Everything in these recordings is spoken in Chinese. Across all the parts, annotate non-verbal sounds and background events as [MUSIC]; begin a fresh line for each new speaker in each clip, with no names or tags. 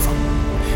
方，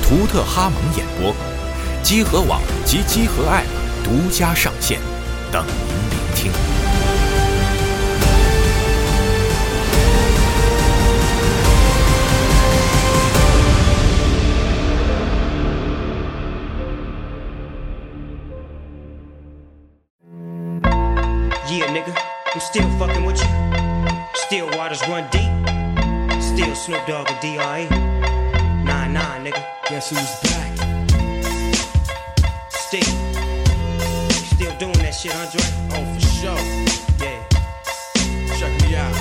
图特哈蒙演播，集合网及集合 App 独家上线，等您聆听。
Yeah, nigga, I'm still fucking with you. Still waters run deep. Still Snoop Dogg and D.R.E. Nah, nah, nigga. Guess who's back? Still, still doing that shit, Andre.
Oh, for sure.
Yeah,
Check me out.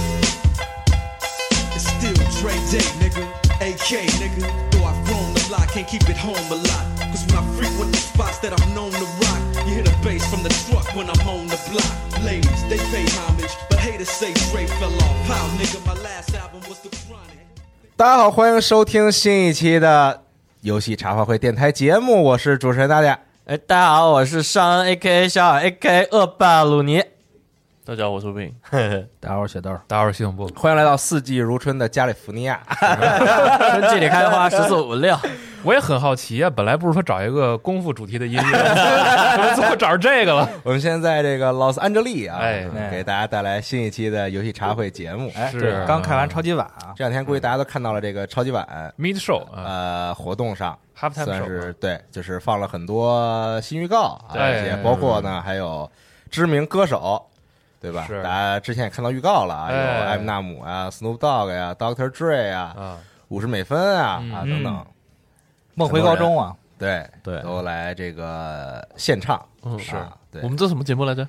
It's still Dre Day, nigga. AK, nigga. Though I've grown a lot, can't keep it home a lot. Cause when I frequent the spots that I'm known to rock, you hear the bass from the truck when I'm on the block. Ladies, they pay homage, but haters say Dre fell off. How, nigga, my last album was The Chronic.
大家好，欢迎收听新一期的游戏茶话会电台节目，我是主持人大家。
哎，大家好，我是尚恩 A K A 小尔 A K A 恶霸鲁尼。大家好，我是
[LAUGHS]
魏。
大家好，我是雪豆，
大家好，我是系统
[LAUGHS]
部。
欢迎来到四季如春的加利福尼亚。
春季里开
[LAUGHS]
花，十四五六。
我也很好奇啊，本来不是说找一个功夫主题
[LAUGHS]
的音乐，怎么最后找着这个了？
我们现在在这个 Los Angeles 啊，
哎
给大家带来新一期的游戏茶会节目。哎，
是
对，刚看完超级碗啊，
这两天估计大家都看到了这个超级碗
Meet Show 啊，
呃活动上
Halftime
算
show
是对，就是放了很多新预告啊，
对
而且包括呢还有知名歌手。对吧？
是
大家之前也看到预告了啊，有
哎
艾米纳姆啊、Snoop Dogg 呀、Doctor Dre 啊、
啊，
五十美分啊、
嗯
啊等等，
梦回高中啊，
对
对
都来这个献唱，
嗯是
啊对
我。们这什么节目
[LAUGHS]
来着？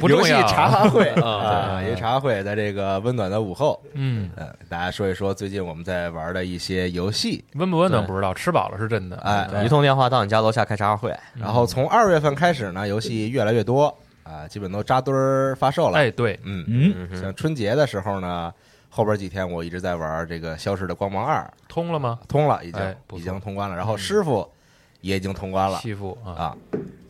不
游
重
戏
要啊
茶话会啊，
啊
游戏茶话会在这个温暖的午后，
嗯，
呃，大家说一说最近我们在玩的一些游戏，
温不温暖
对
不知道，吃饱了是真的。
哎，
一通电话到你家楼下开茶话会，
然后从二月份开始呢，游戏越来越多啊，基本都扎堆儿发售了，
哎，对，
嗯，
嗯，
像春节的时候呢，后边几天我一直在玩这个《消失的光芒二
通了吗》？，
通了，已经、
哎不错
已经通关了，然后师傅也已经通关了，
欺负啊，
啊，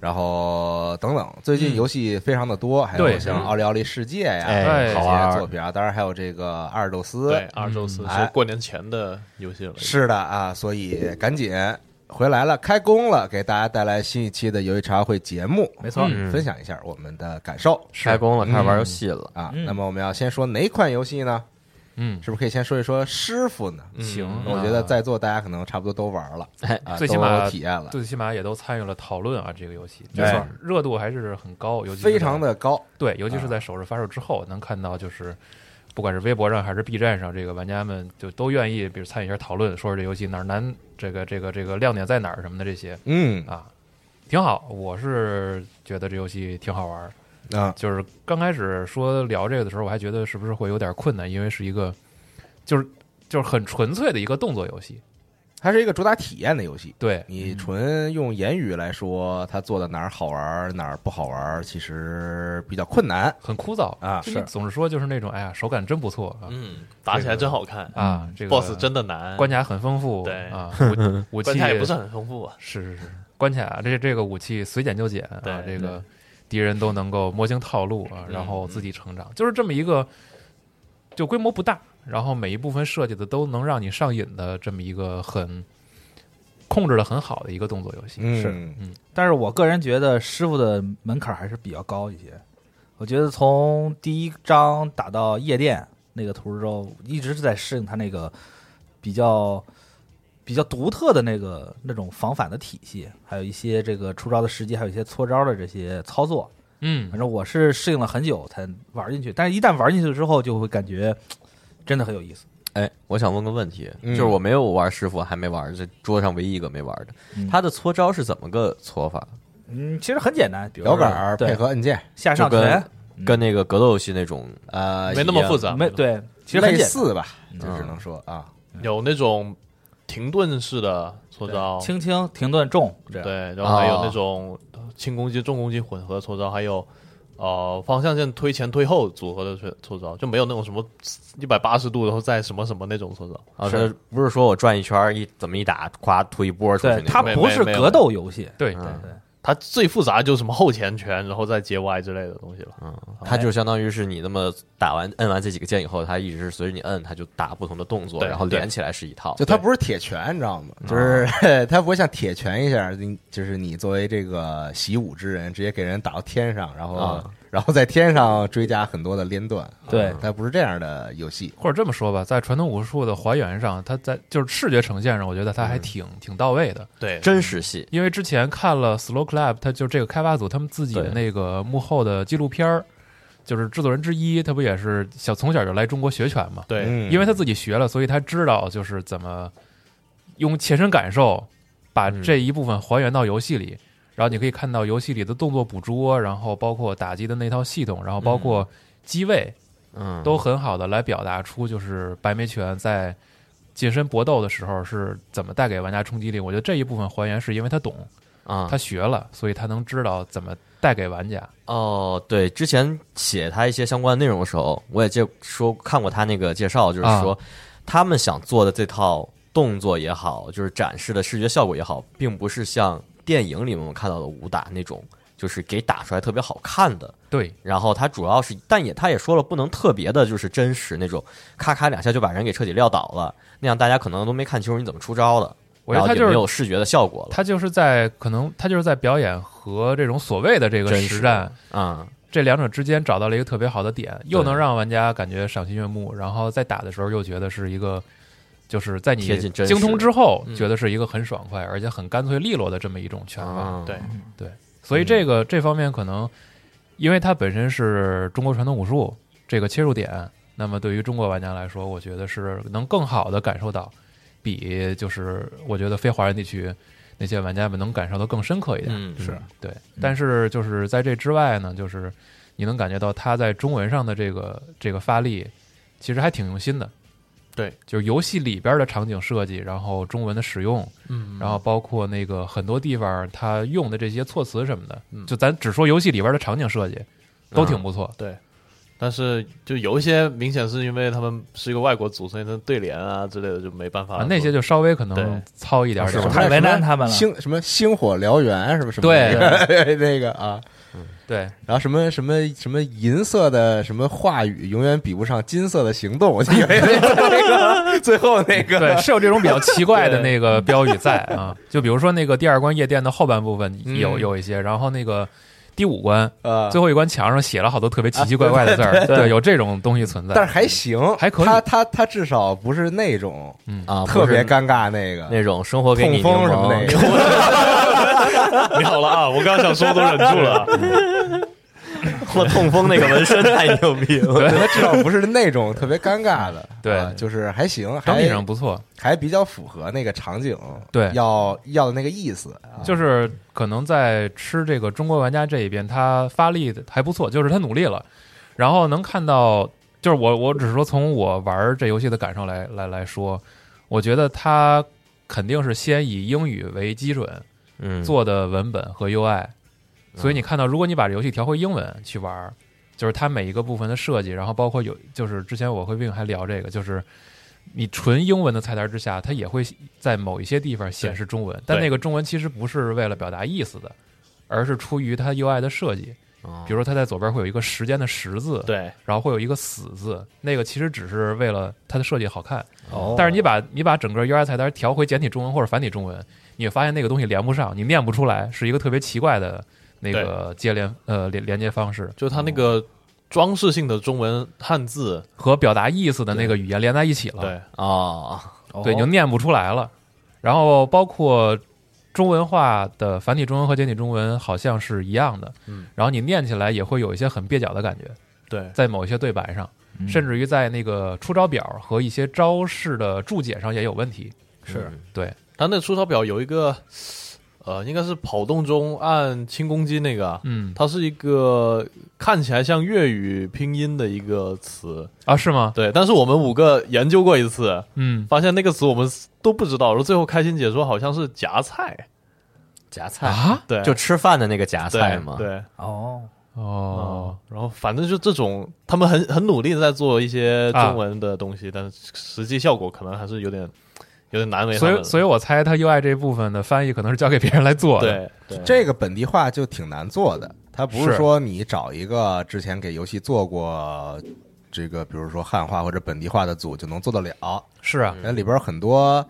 然后等等，最近游戏非常的多，还有
对
像《奥利奥利世界》呀，
哎
这些
好
玩儿
作品啊，当然还有这个《阿尔宙斯
对，》，二周四
哎
是过年前的游戏了。
是的啊，所以赶紧回来了，开工了，给大家带来新一期的游戏茶会节目，
没错，
嗯
分享一下我们的感受
开工了，开始玩
嗯
游戏了。
啊。
嗯
那么我们要先说哪款游戏呢？
嗯，
是不是可以先说一说师傅呢？
行
嗯，我觉得在座大家可能差不多都玩了，
哎
啊，
最起码
都有体验了，
最起码也都参与了讨论啊，这个游戏，
没错
就是热度还是很高，尤其是
非常的高，
对，尤其是在首日发售之后，能看到就是。不管是微博上还是 B 站上，这个玩家们就都愿意，比如参与一下讨论，说说这游戏哪儿难，这个这个这个亮点在哪儿什么的这些。
嗯
啊，挺好。我是觉得这游戏挺好玩儿。
啊，
就是刚开始说聊这个的时候，我还觉得是不是会有点困难，因为是一个就是就是很纯粹的一个动作游戏。
它是一个主打体验的游戏。
对，
你纯用言语来说，他做的哪儿好玩儿，哪儿不好玩儿，其实比较困难。
很枯燥
啊
就你
是
总是说就是那种哎呀手感真不错啊、
嗯，打起来真好看
啊，这个
，BOSS 真的难，
关卡很丰富，
对 [LAUGHS]
啊，武武器
关卡也不是很丰富啊。
是是是，关卡这这个武器随捡就捡啊，
对嗯
这个敌人都能够摸清套路啊，然后自己成长，就是这么一个就规模不大，然后每一部分设计的都能让你上瘾的这么一个很控制的很好的一个动作游戏。
嗯
是但是我个人觉得师傅的门槛还是比较高一些，我觉得从第一章打到夜店那个图之后，一直是在适应他那个比较比较独特的那个那种防反的体系，还有一些这个出招的时机，还有一些搓招的这些操作。
嗯
反正我是适应了很久才玩进去，但是一旦玩进去之后，就会感觉真的很有意思。
哎，我想问个问题，
嗯
就是我没有玩师傅，还没玩，这桌上唯一一个没玩的，
嗯
他的搓招是怎么个搓法？
嗯，其实很简单，比如
摇
说
杆儿
对
配合按键，
下
就
上
跟
拳，嗯
跟那个格斗游戏那种呃
没那么复
杂，
杂，
没对，其实很
类
简单
似吧，就
嗯
只能说啊，
有那种停顿式的搓招，
轻轻停顿重，这样
对，然后还有那种轻攻击、重攻击混合搓招，还有呃方向键推前推后组合的搓搓招，就没有那种什么一百八十度然后再什么什么那种搓招。
啊，这不是说我转一圈儿一怎么一打，夸吐一波出去
对，
那种，
它不是
没有
格斗游戏，
对，
嗯
它最复杂就是什么后前拳，然后再接歪之类的东西了。
它就相当于是你那么打完摁完这几个键以后，它一直是随着你摁，它就打不同的动作，
对
然后连起来是一套。
就它不是铁拳，你知道吗？
啊
就是 [LAUGHS] 它不会像铁拳一下，你就是你作为这个习武之人，直接给人打到天上，然后、
啊
然后在天上追加很多的连段。
对
啊它不是这样的游戏。
或者这么说吧，在传统武术的还原上，它在就是视觉呈现上，我觉得它
嗯
还挺、挺到位的。
对，
真实戏，
因为之前看了 Slow Club，它就这个开发组他们自己的
对
那个幕后的纪录片儿，就是制作人之一，他不也是小从小就来中国学拳嘛？
对，
嗯
因为他自己学了，所以他知道就是怎么用切身感受把
嗯
这一部分还原到游戏里。然后你可以看到游戏里的动作捕捉，然后包括打击的那套系统，然后包括机位，
嗯，
都很好的来表达出就是白眉拳在近身搏斗的时候是怎么带给玩家冲击力。我觉得这一部分还原是因为他懂，
啊
他，学了，所以他能知道怎么带给玩家。
哦，对，之前写他一些相关内容的时候，我也介说看过他那个介绍，就是说、他们想做的这套动作也好，就是展示的视觉效果也好，并不是像电影里面我们看到的武打那种，就是给打出来特别好看的。
对，
然后他主要是，但也他也说了，不能特别的就是真实那种，咔咔两下就把人给彻底撂倒了，那样大家可能都没看清楚你怎么出招的，
我觉得
然后
他
也
就
没
是
有视觉的效果了。
他就是在可能他就是在表演和这种所谓的这个
真实
实战
啊、
这两者之间找到了一个特别好的点，又
对
能让玩家感觉赏心悦目，然后在打的时候又觉得是一个。就是在你
贴近真实
精通之后，
嗯
觉得是一个很爽快，而且很干脆利落的这么一种拳法。
啊，
对
所以这个、这方面可能，因为它本身是中国传统武术这个切入点，那么对于中国玩家来说，我觉得是能更好的感受到，比就是我觉得非华人地区那些玩家们能感受的更深刻一点。
嗯，
是
对，但是就是在这之外呢，就是你能感觉到他在中文上的这个这个发力，其实还挺用心的。
对，
就是游戏里边的场景设计，然后中文的使用，
嗯
然后包括那个很多地方他用的这些措辞什么的，
嗯
就咱只说游戏里边的场景设计，都挺不错。
但是就有一些明显是因为他们是一个外国组，所以他对联啊之类的就没办法
啊
做。
那些
[LAUGHS]
就稍微可能
对
糙一点点
啊是
儿，
吧太为难他们了
星什么星火燎原啊什么什么
对
那个 [LAUGHS] 那个啊，
对，
然后什么什么什么银色的什么话语永远比不上金色的行动，我以
[LAUGHS]
为那个最后那个啊
对，是有这种比较奇怪的那个标语在啊，就比如说那个第二关夜店的后半部分有有一些，然后那个第五关
啊
最后一关墙上写了好多特别奇奇怪怪的字儿，对，有这种东西存在。
但是还行，
还可以
他他他至少不是那种
啊，
特别
不是
尴尬那个
那种生活给你
痛风什么
的
那。个。
你好了啊，我刚刚想说都忍住了啊。
我痛风那个纹身太牛逼了。
对，他至少不是那种特别尴尬的，
[LAUGHS] 对
啊就是还行，
整体
还
上不错，
还比较符合那个场景，
对
要要的那个意思，啊
就是可能在吃这个中国玩家这一边，他发力的还不错，就是他努力了，然后能看到，就是我我只是说从我玩这游戏的感受来来来说，我觉得他肯定是先以英语为基准，
嗯，
做的文本和 UI，所以你看到，如果你把这游戏调回英文去玩儿，就是它每一个部分的设计，然后包括有，就是之前我和 Win 还聊这个，就是你纯英文的菜单之下，它也会在某一些地方显示中文，但那个中文其实不是为了表达意思的，而是出于它 UI 的设计。比如说，它在左边会有一个时间的“时”字，
对，
然后会有一个“死”字，那个其实只是为了它的设计好看。
哦
但是你把你把整个 UI 菜单调回简体中文或者繁体中文，你会发现那个东西连不上，你念不出来，是一个特别奇怪的那个接连呃连连接方式
就它那个装饰性的中文汉字，
和表达意思的那个语言连在一起了，
对，
啊，
哦
对，你就念不出来了。然后包括中文化的繁体中文和简体中文好像是一样的，
嗯，
然后你念起来也会有一些很蹩脚的感觉，
对，
在某一些对白上，甚至于在那个出招表和一些招式的注解上也有问题。
是
对，
他那出钞表有一个，呃，应该是跑动中按轻功机那个啊，
嗯
它是一个看起来像粤语拼音的一个词，
啊，是吗？
对，但是我们五个研究过一次，
嗯，
发现那个词我们都不知道，然后最后开心解说好像是夹菜，
夹菜
啊，
对，
就吃饭的那个夹
对
菜嘛。，
对，
哦，
哦，
然后反正就这种，他们很很努力地在做一些中文的东西，但是实际效果可能还是有点有点难为他
所
们
以所以我猜他 UI 这部分的翻译可能是交给别人来做的。
对对
这个本地化就挺难做的，它不
是
是说你找一个之前给游戏做过这个，比如说汉化或者本地化的组就能做得了。
是啊，
嗯
那里边很多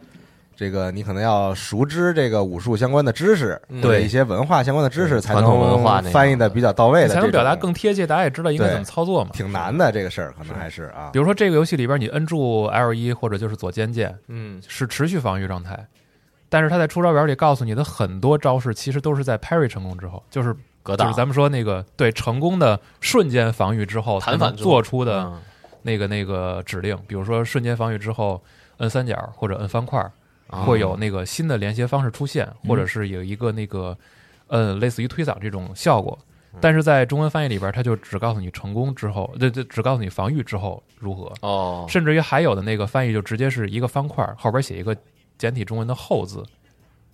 这个你可能要熟知这个武术相关的知识，
嗯
或者一些文化相关的知识，才
传统文化那
能
样
翻译的比较到位
你
的，
才能表达更贴切，大家也知道应该怎么操作嘛。
挺难的这个事儿，可能还是啊
比。如说这个游戏里边，你摁住 L 一或者就是左肩键
嗯
是持续防御状态，但是它在出招表里告诉你的很多招式其实都是在 parry 成功之后，就是
格
就
挡
是咱们说那个对成功的瞬间防御之后才
弹
能
反
做出的
嗯
那个那个指令，比如说瞬间防御之后摁三角或者摁方块，会有那个新的连携方式出现，或者是有一个那个呃类似于推搡这种效果。但是在中文翻译里边，它就只告诉你成功之后，这这只告诉你防御之后如何，
哦，
甚至于还有的那个翻译就直接是一个方块后边写一个简体中文的“后”字，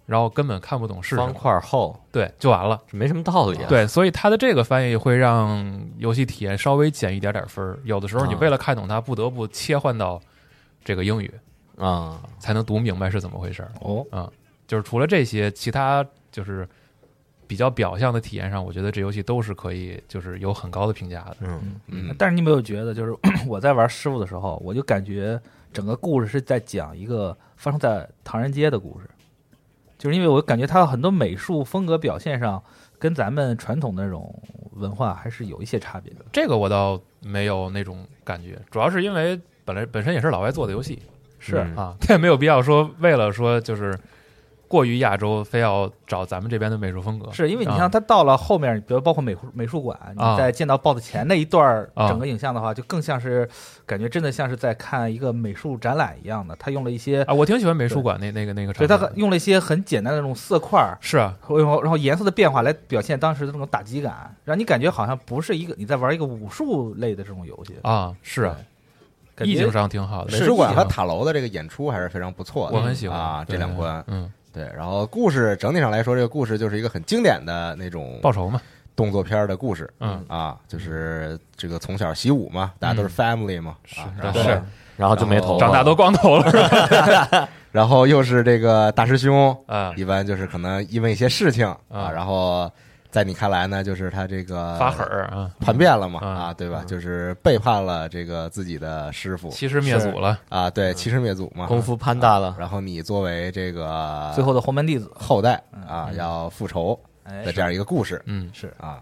然后根本看不懂是什
方
么，
块后
对，就完了。
没什么道理啊。
对，所以它的这个翻译会让游戏体验稍微减一点点分儿。有的时候你
啊
为了看懂它，不得不切换到这个英语
啊，
才能读明白是怎么回事儿。嗯
哦，
就是除了这些，其他就是比较表象的体验上，我觉得这游戏都是可以就是有很高的评价的。
嗯，
嗯，
但是你有没有觉得，就是 [CLEARS THROAT] 我在玩师傅的时候，我就感觉整个故事是在讲一个发生在唐人街的故事，就是因为我感觉它很多美术风格表现上跟咱们传统那种文化还是有一些差别的。
这个我倒没有那种感觉，主要是因为本来本身也是老外做的游戏
是
嗯
啊， [LAUGHS] 他也没有必要说为了说就是过于亚洲，非要找咱们这边的美术风格。
是因为你
啊
像它到了后面，比如包括美术美术馆，你
啊
在见到 BOSS 前那一段儿
啊
整个影像的话，就更像是感觉真的像是在看一个美术展览一样的。它用了一些，
啊，我挺喜欢美术馆那那个那个场
对
景
它
的。
很用了一些很简单的那种色块儿，
是啊，
然后然后颜色的变化来表现当时的那种打击感，让你感觉好像不是一个你在玩一个武术类的这种游戏，
啊是啊，
感觉
意境上挺好的。
美术馆和塔楼的这个演出还是非常不错的，
我很喜欢
啊，这
对
两关。
嗯，
对，然后故事整体上来说，这个故事就是一个很经典的那种
报仇嘛，
动作片儿的故事，
嗯
啊，就是这个从小习武嘛，大家都是 family 嘛，啊，然后哦
是
然后就没头发
长大都光头了是
[LAUGHS]
吧？
然后又是这个大师兄，
啊，
一般就是可能因为一些事情
啊
啊，然后在你看来呢，就是他这个
发狠儿啊，
叛变了嘛，
啊
啊，对吧？就是背叛了这个自己的师傅
欺师灭祖了。
啊，对，欺师灭祖嘛，啊
功夫潘大了。
然后你作为这个
最后的洪门弟子，
后代啊，要复仇
哎
的，这样一个故事
嗯，
啊。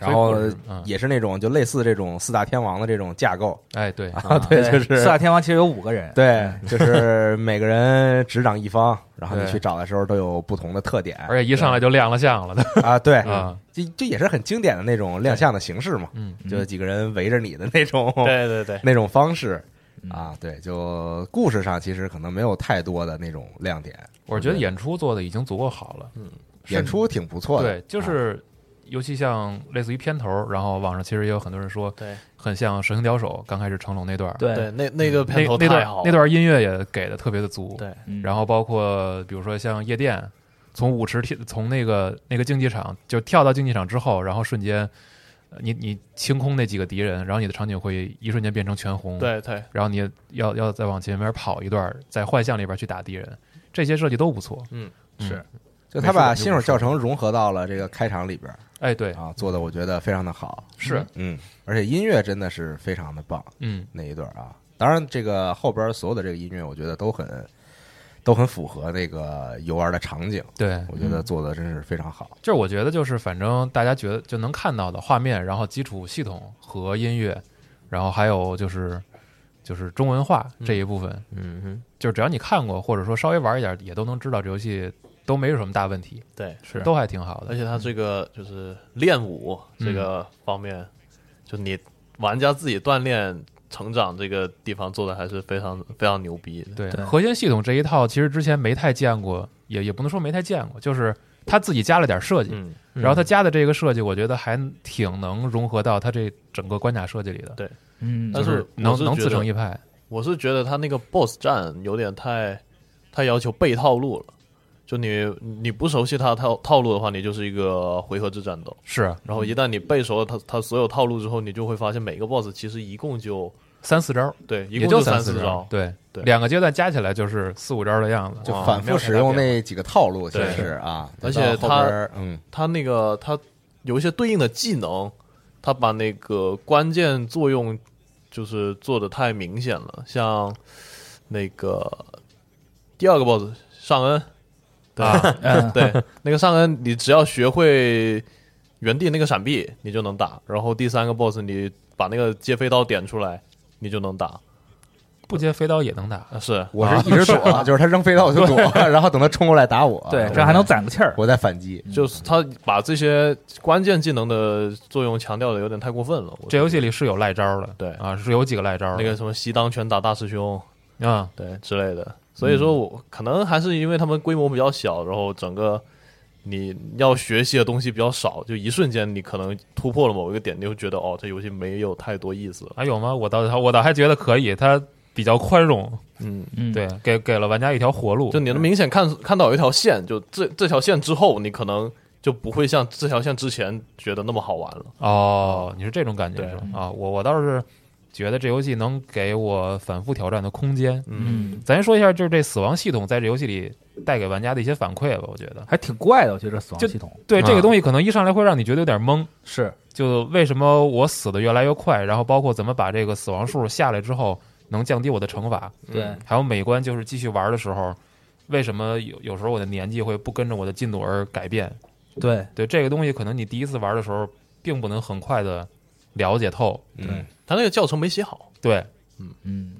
所以
然后
故事嗯
也是那种就类似这种四大天王的这种架构
哎，对，
啊，对，就是
四大天王其实有五个
[LAUGHS]
人，
对，就是每个人执掌一方，然后你
对
去找的时候都有不同的特点，
而且一上来就亮了相了的。
[LAUGHS] 啊，对
啊，
这这也是很经典的那种亮相的形式嘛，
嗯，
就几个人围着你的那种，
哦
对对对，
[LAUGHS] 那种方式
嗯
啊，对，就故事上其实可能没有太多的那种亮点，
我觉得演出做的已经足够好了。
嗯演出啊挺不错的，
对，就是尤其像类似于片头，然后网上其实也有很多人说，
对，
很像《神行刁手》刚开始成龙那段儿。
对，那那个
嗯那
片头
那
太
段
好了，
那段音乐也给的特别的足。
对
嗯
然后包括比如说像夜店，从舞池跳从那个那个竞技场就跳到竞技场之后，然后瞬间。呃你你清空那几个敌人，然后你的场景会一瞬间变成全红，
对对
然后你要要再往前面跑一段，在幻象里边去打敌人，这些设计都不错。
嗯，
是，
就他把
美术
新手教程融合到了这个开场里边
哎，对，
啊，做的我觉得非常的好，
是，
嗯，而且音乐真的是非常的棒，
嗯，
那一段啊。当然，这个后边所有的这个音乐，我觉得都很都很符合那个游玩的场景，
对，
我觉得做的真是非常好。
就是我觉得就是反正大家觉得就能看到的画面，然后基础系统和音乐，然后还有就是就是中文化这一部分，
嗯哼，
就是只要你看过或者说稍微玩一点，也都能知道这游戏都没有什么大问题，
对，
是
都还挺好的
啊而。且它这个就是练武这个方面，就你玩家自己锻炼成长这个地方做的还是非常非常牛逼的。
对，
对
核心系统这一套其实之前没太见过，也也不能说没太见过，就是他自己加了点设计，
嗯，
然后他加的这个设计，我觉得还挺能融合到他这整个关卡设计里的，
对
嗯
但
就是
我
能
是
能
觉
自成
得
一派。
我是觉得他那个 BOSS 战有点太太要求背套路了。就你你不熟悉他套套路的话，你就是一个回合制战斗。
是啊
然后一旦你背熟了他他所有套路之后，你就会发现每个 BOSS 其实一共就
三四招，
对，一
也
共就
三
四
招
招，。
对，
对
两个阶段加起来就是四五招的样子。
就
哇
反
哦没有
复
太
使
大
用
变化
那几个套路，其
对
实啊，等
而且
到后
它
边儿嗯，
啊
他那个他有一些对应的技能，他把那个关键作用就是做的太明显了，像那个第二个 BOSS 尚恩，对、 [LAUGHS] 啊、
呃
嗯
对，那个尚恩，你只要学会原地那个闪避，你就能打。然后第三个 BOSS，你把那个接飞刀点出来，你就能打。
不接飞刀也能打，
啊是
我是一直
[LAUGHS]
躲，啊就是他扔飞刀我就躲，然后等他冲过来打我，
对
我，
这还能攒个气儿。
我再反击。
就是他把这些关键技能的作用强调的有点太过分了。我
这游戏里是有赖招的，
对
啊，是有几个赖招的。
那个什么西当拳打大师兄，
个啊，
对之类的。所以说我可能还是因为他们规模比较小，然后整个你要学习的东西比较少，就一瞬间你可能突破了某一个点，你就觉得哦，这游戏没有太多意思了。
还有吗？我倒我倒还觉得可以，他比较宽容，
嗯，
嗯，
对，给给了玩家一条活路。
就你能明显看看到有一条线，就这这条线之后，你可能就不会像这条线之前觉得那么好玩了。
哦，你是这种感觉
对嗯
是吧？啊，我我倒是觉得这游戏能给我反复挑战的空间。
嗯，
咱先说一下，就是这死亡系统在这游戏里带给玩家的一些反馈吧。我觉得，
还挺怪的，我觉得死亡
就
系统
对
啊
这个东西可能一上来会让你觉得有点懵，
是
就为什么我死的越来越快，然后包括怎么把这个死亡数下来之后能降低我的惩罚，
对，
还有每关就是继续玩的时候，为什么有有时候我的年纪会不跟着我的进度而改变？
对，
对这个东西，可能你第一次玩的时候并不能很快的了解透。
嗯，
他那个教程没写好，
对
嗯，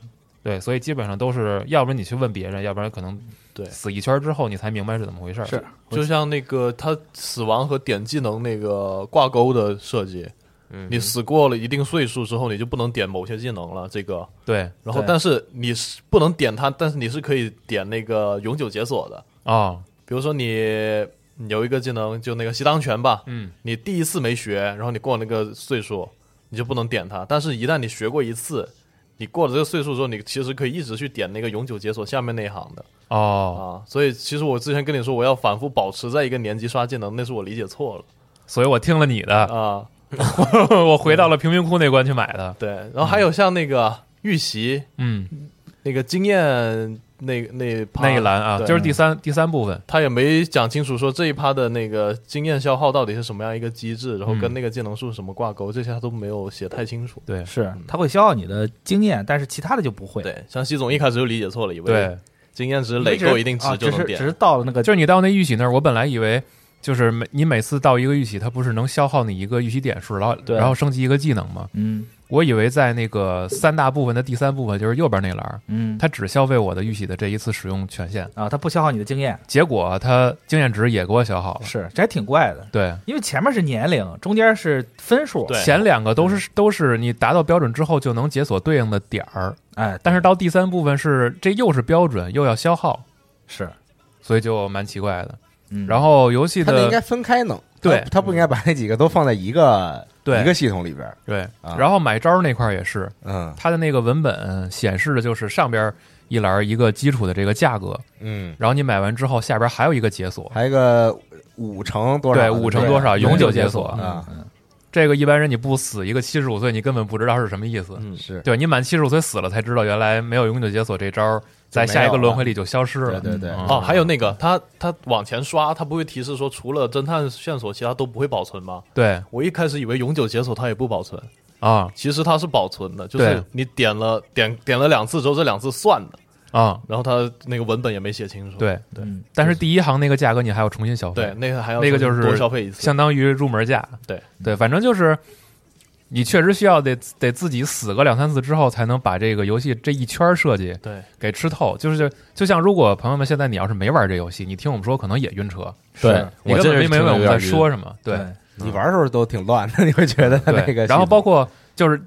对，所以基本上都是，要不然你去问别人，要不然可能
对
死一圈之后你才明白是怎么回事。
是，
就像那个他死亡和点技能那个挂钩的设计。你死过了一定岁数之后，你就不能点某些技能了。这个，
对
然后
对
但是你是不能点它，但是你是可以点那个永久解锁的。
哦，
比如说你你有一个技能，就那个西当拳吧，
嗯，
你第一次没学，然后你过了那个岁数，你就不能点它。但是，一旦你学过一次，你过了这个岁数之后，你其实可以一直去点那个永久解锁下面那一行的
哦，
啊。所以，其实我之前跟你说我要反复保持在一个年级刷技能，那是我理解错了
所以我听了你的，
啊。
[LAUGHS] 我回到了贫民窟那关去买的。
对，然后还有像那个预习
嗯，
那个经验那那
那一
栏。
栏啊，
对
就是第三第三部分。
他也没讲清楚说这一趴的那个经验消耗到底是什么样一个机制，然后跟那个技能数是什么挂钩，这些他都没有写太清楚。
对
是它会消耗你的经验，但是其他的就不会。
对，像西总一开始就理解错了，以为
对，
经验值
你
累
只是，
够一定值
啊
就
只
能
是
点
只。是到了那个
就是你到那预洗那儿，我本来以为。就是每你每次到一个预洗，它不是能消耗你一个预洗点数，然后
对
然后升级一个技能吗？
嗯
我以为在那个三大部分的第三部分，就是右边那栏儿，
嗯，
它只消费我的预洗的这一次使用权限，
啊，它不消耗你的经验，
结果它经验值也给我消耗了。
是这还挺怪的，
对，
因为前面是年龄，中间是分数，
对
前两个都
嗯
是都是你达到标准之后就能解锁对应的点儿，
哎，
嗯
但是到第三部分是这又是标准又要消耗，
是，
所以就蛮奇怪的。
嗯，
然后游戏
他那应该
的
分开弄，
对
他他不应该把那几个都放在一个
[LAUGHS] 对
一个系统里边儿。
对，
啊
然后买招那块儿也是，
嗯
它的那个文本显示的就是上边一栏一个基础的这个价格，
嗯，
然后你买完之后下边还有一个解锁，
还有一个五乘多少？
对五乘多少
对
永久解锁
啊？
这个一般人你不死一个七十五岁，你根本不知道是什么意思。
嗯，
是，
对你满七十五岁死了才知道，原来没有永久解锁这招儿，在下一个轮回里就消失了。
啊对对对
嗯
哦，还有那个他他往前刷，他不会提示说除了侦探线索，其他都不会保存吗？
对
我一开始以为永久解锁它也不保存，
啊
其实它是保存的，就
对
是你点了点点了两次之后，这两次算的，
啊，
然后他那个文本也没写清楚。
对。
对
嗯
但是第一行那个价格你还要重新消费
对，，那个还要
那个就是
多消费一次。
相当于入门价。
对
对，反正就是你确实需要得得自己死个两三次之后，才能把这个游戏这一圈设计
对
给吃透。就是就像如果朋友们现在你要是没玩这游戏，你听我们说可能也晕车，
对
你
我
根
这
本
是
没
听
明白我们
着有点
在
晕
说什么。对，
你玩的时候都挺乱的，你会觉得
嗯对，
[LAUGHS] 那个系统。
然后包括就是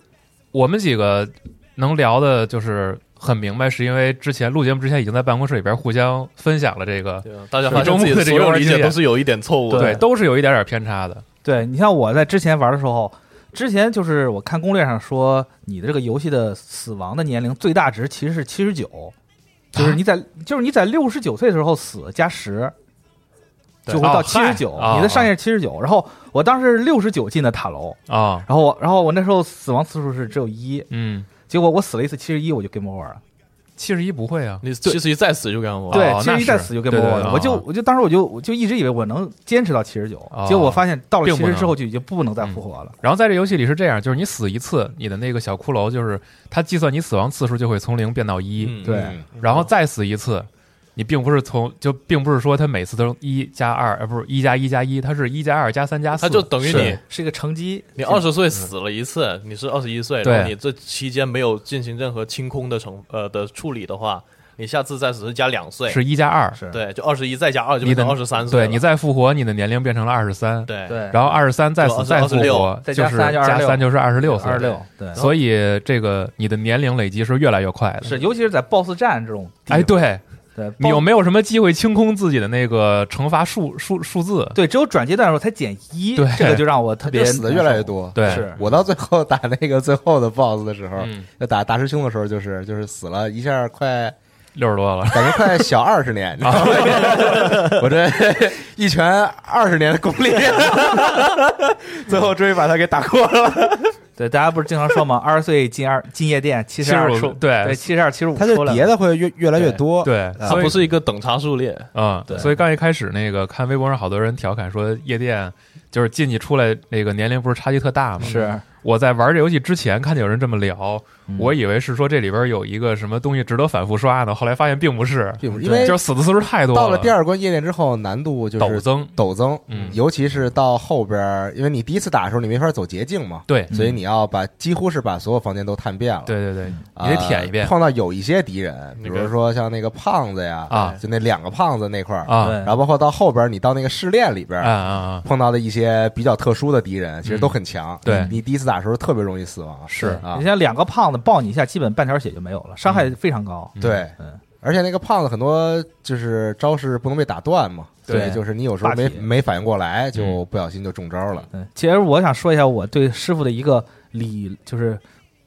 我们几个能聊的，就是很明白，是因为之前录节目之前已经在办公室里边互相分享了这个，
对啊大家
是
发
周
现自己
末的这游
所有
玩
理
经
解
验
都是有一点错误的。
对，都是有一点点偏差的。
对你像我在之前玩的时候，之前就是我看攻略上说，你的这个游戏的死亡的年龄最大值其实是七十九，
啊
就是你在、就是你在六十九岁的时候死加十，
对
就会到
哦
七
嗨
十九，
哦
你的上限是七十九。然后我当时六十九进的塔楼，
啊，
然后我然后我那时候死亡次数是只有一，
嗯，
结果我死了一次七十一，我就 game over 了。
七十一不会啊，
你其实一再死就干活。
对，
哦
七十一
那
再
是
死就 game
对对
over
对
了。我就
哦
我就当时我就我就一直以为我能坚持到七十九，结果我发现到了
并
七
不
十
能
之后就已经不能再
嗯
复活了。
然后在这游戏里是这样，就是你死一次，你的那个小骷髅就是它计算你死亡次数就会从零变到一、
嗯
对
嗯
然后再死一次，你并不是从就并不是说它每次都是一加二，呃，不是一加一加一，它是一加二加三加四，
它就等于你
是
是一个乘机，
你二十岁死了一次，你是二十一岁，
嗯对
然后你这期间没有进行任何清空的成呃的处理的话，你下次再死是加两岁，
是一加二，
是
对，就二十一再加二就
你
变
的
成二十三岁了。
对你再复活，你的年龄变成了二十三，
对
对，
然后二十三再死
就
再复活
26，
再
就
加
是
三就
加
26
三就是二十六岁，
二六，对，
所以这个你的年龄累积是越来越快的。
是尤其是在 BOSS 战这种地方，
哎，对
对，
你有
BOSS
没有什么机会清空自己的那个惩罚数数数字？
对只有转阶段的时候才减一，
对
这个就让我特
[LAUGHS]
别
就死的越来越多。
对，
是
我到最后打那个最后的 BOSS 的时候，
嗯，
就打大师兄的时候，就是就是死了一下，快
六十多
[LAUGHS]
了，
感觉快小二十年，你知道吗我这一拳二十年的功力，最后终于把他给打过了。
对，大家不是经常说吗？二十岁进二进夜店，七十二
75
出，
对
对，七十二七十五
他
出
就
来
叠
了，
的会越越来越多。
对，
啊
它
所以
不是一个等差数列，
嗯，
对
所以刚一开始那个看微博上好多人调侃说，夜店就是进去出来那个年龄不是差距特大吗？
是
我在玩这游戏之前看见有人这么聊，
嗯
我以为是说这里边有一个什么东西值得反复刷呢，后来发现并不是，
并不是因为
就是死的次数太多
到
了
了第二关夜店之后，难度就
陡
是
增，
陡增，
嗯
尤其是到后边儿，因为你第一次打的时候你没法走捷径嘛，
对
所以你要把几乎是把所有房间都探遍了。
对对对，
啊，
你得舔一遍
碰到有一些敌人，比如说像那个胖子呀，
啊
就那两个胖子那块儿，
啊
对
然后包括到后边儿你到那个试炼里边
啊
儿。
啊啊，
碰到的一些比较特殊的敌人，其实都很强。
对
你第一次打的时候特别容易死亡，
是
啊嗯
你，像两个胖子抱你一下，基本半条血就没有了，伤害非常高。
对
嗯，
而且那个胖子很多就是招式不能被打断嘛，
对
所以就是你有时候没
霸体
没反应过来，
嗯
就不小心就中招了。
嗯，其实我想说一下我对师傅的一个理，就是